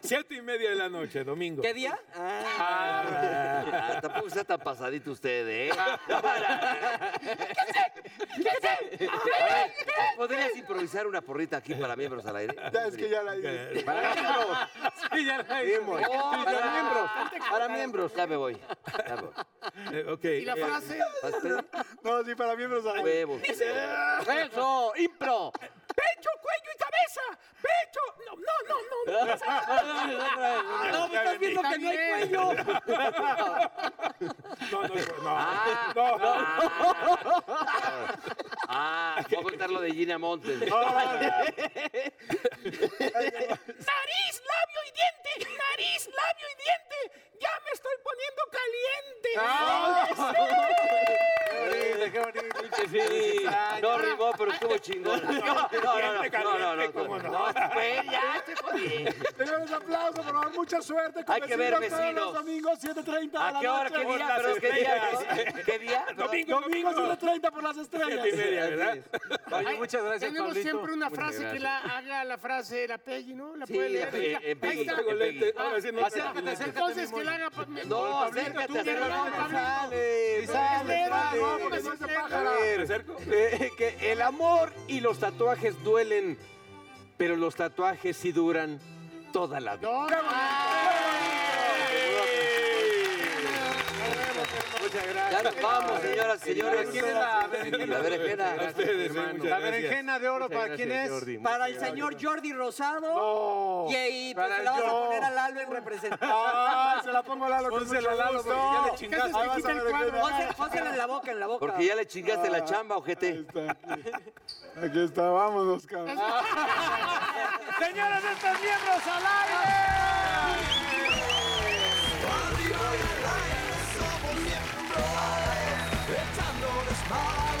Siete y media de la noche, domingo.
¿Qué día? Ah,
Ah, tampoco está tan pasadito usted, ¿eh? [LAUGHS] ¿Podrías improvisar una porrita aquí para miembros al aire?
Ya es que ya la
[LAUGHS]
Sí, ya la hice.
Para miembros.
Para miembros.
Ya me voy. Ya me voy.
Eh, ok.
¿Y la
eh,
frase?
¿Vas, Pedro?
No, sí, para miembros. ahí.
Huevo.
¡Eso! ¡Impro!
Pecho, cuello y cabeza. Pecho. No, no, no, no. no.
no, me estás viendo que no hay cuello.
No, no, no.
Ah,
no.
ah. Ah, voy a contar lo de Gina Montes.
Nariz, labio y diente. Nariz, labio y diente. Ya me estoy poniendo caliente.
No rimó, pero estuvo chingón. No, no, no, no, no, no, no, no, pues, ya te jodí.
Señores, aplauso, por favor, mucha suerte. Con
Hay que ver,
Vecinos, todos
vecinos.
Los domingos, 7.30 de
¿A
la
qué hora?
noche.
¿Qué día? ¿Pero qué día? ¿Qué día?
Domingo,
Domingo,
domingo.
7.30 por las estrellas.
Siete y media, ¿verdad?
Ay,
muchas gracias,
Tenemos
Pablito.
siempre una
Muchas
frase que la haga la frase, la Peggy, ¿no? La
Sí,
puede
la
leer.
Peggy,
Mira,
en
ahí
Peggy,
está.
en Peggy.
Ah,
Acércate, acércate.
Entonces,
mi
que la
amor.
haga... pa- me-
No,
Pablito,
acércate,
tú,
acércate.
Pablito.
Sale, sale,
Espera, no,
sale.
porque
no
no
se
se
paga.
paga.
¿Me acerco?
Eh, que el amor y los tatuajes duelen, pero los tatuajes sí duran toda la vida.
No,
Muchas gracias.
Ya nos vamos, señoras y señores. La berenjena.
A ustedes, eh, muchas
La
gracias.
berenjena de oro, ¿para quién es?
Para el señor Jordi Rosado. Y ahí pues,
Para
se la vas a
yo.
poner al Lalo en representación.
Ah,
Ay, se la pongo a Lalo. con
Pónsela
mucho
a Lalo,
gusto.
porque ya le
¿Qué haces
Ahí
que
vas a
quita el
ver de qué
cuadro?
Pónsela pónsela en la boca, en la boca.
Porque ya le chingaste la chamba,
Ahí
ojete.
está, aquí. Aquí está, vámonos, cabrón.
Señoras, estos miembros al aire.
Somos miembros. Echando desmadre.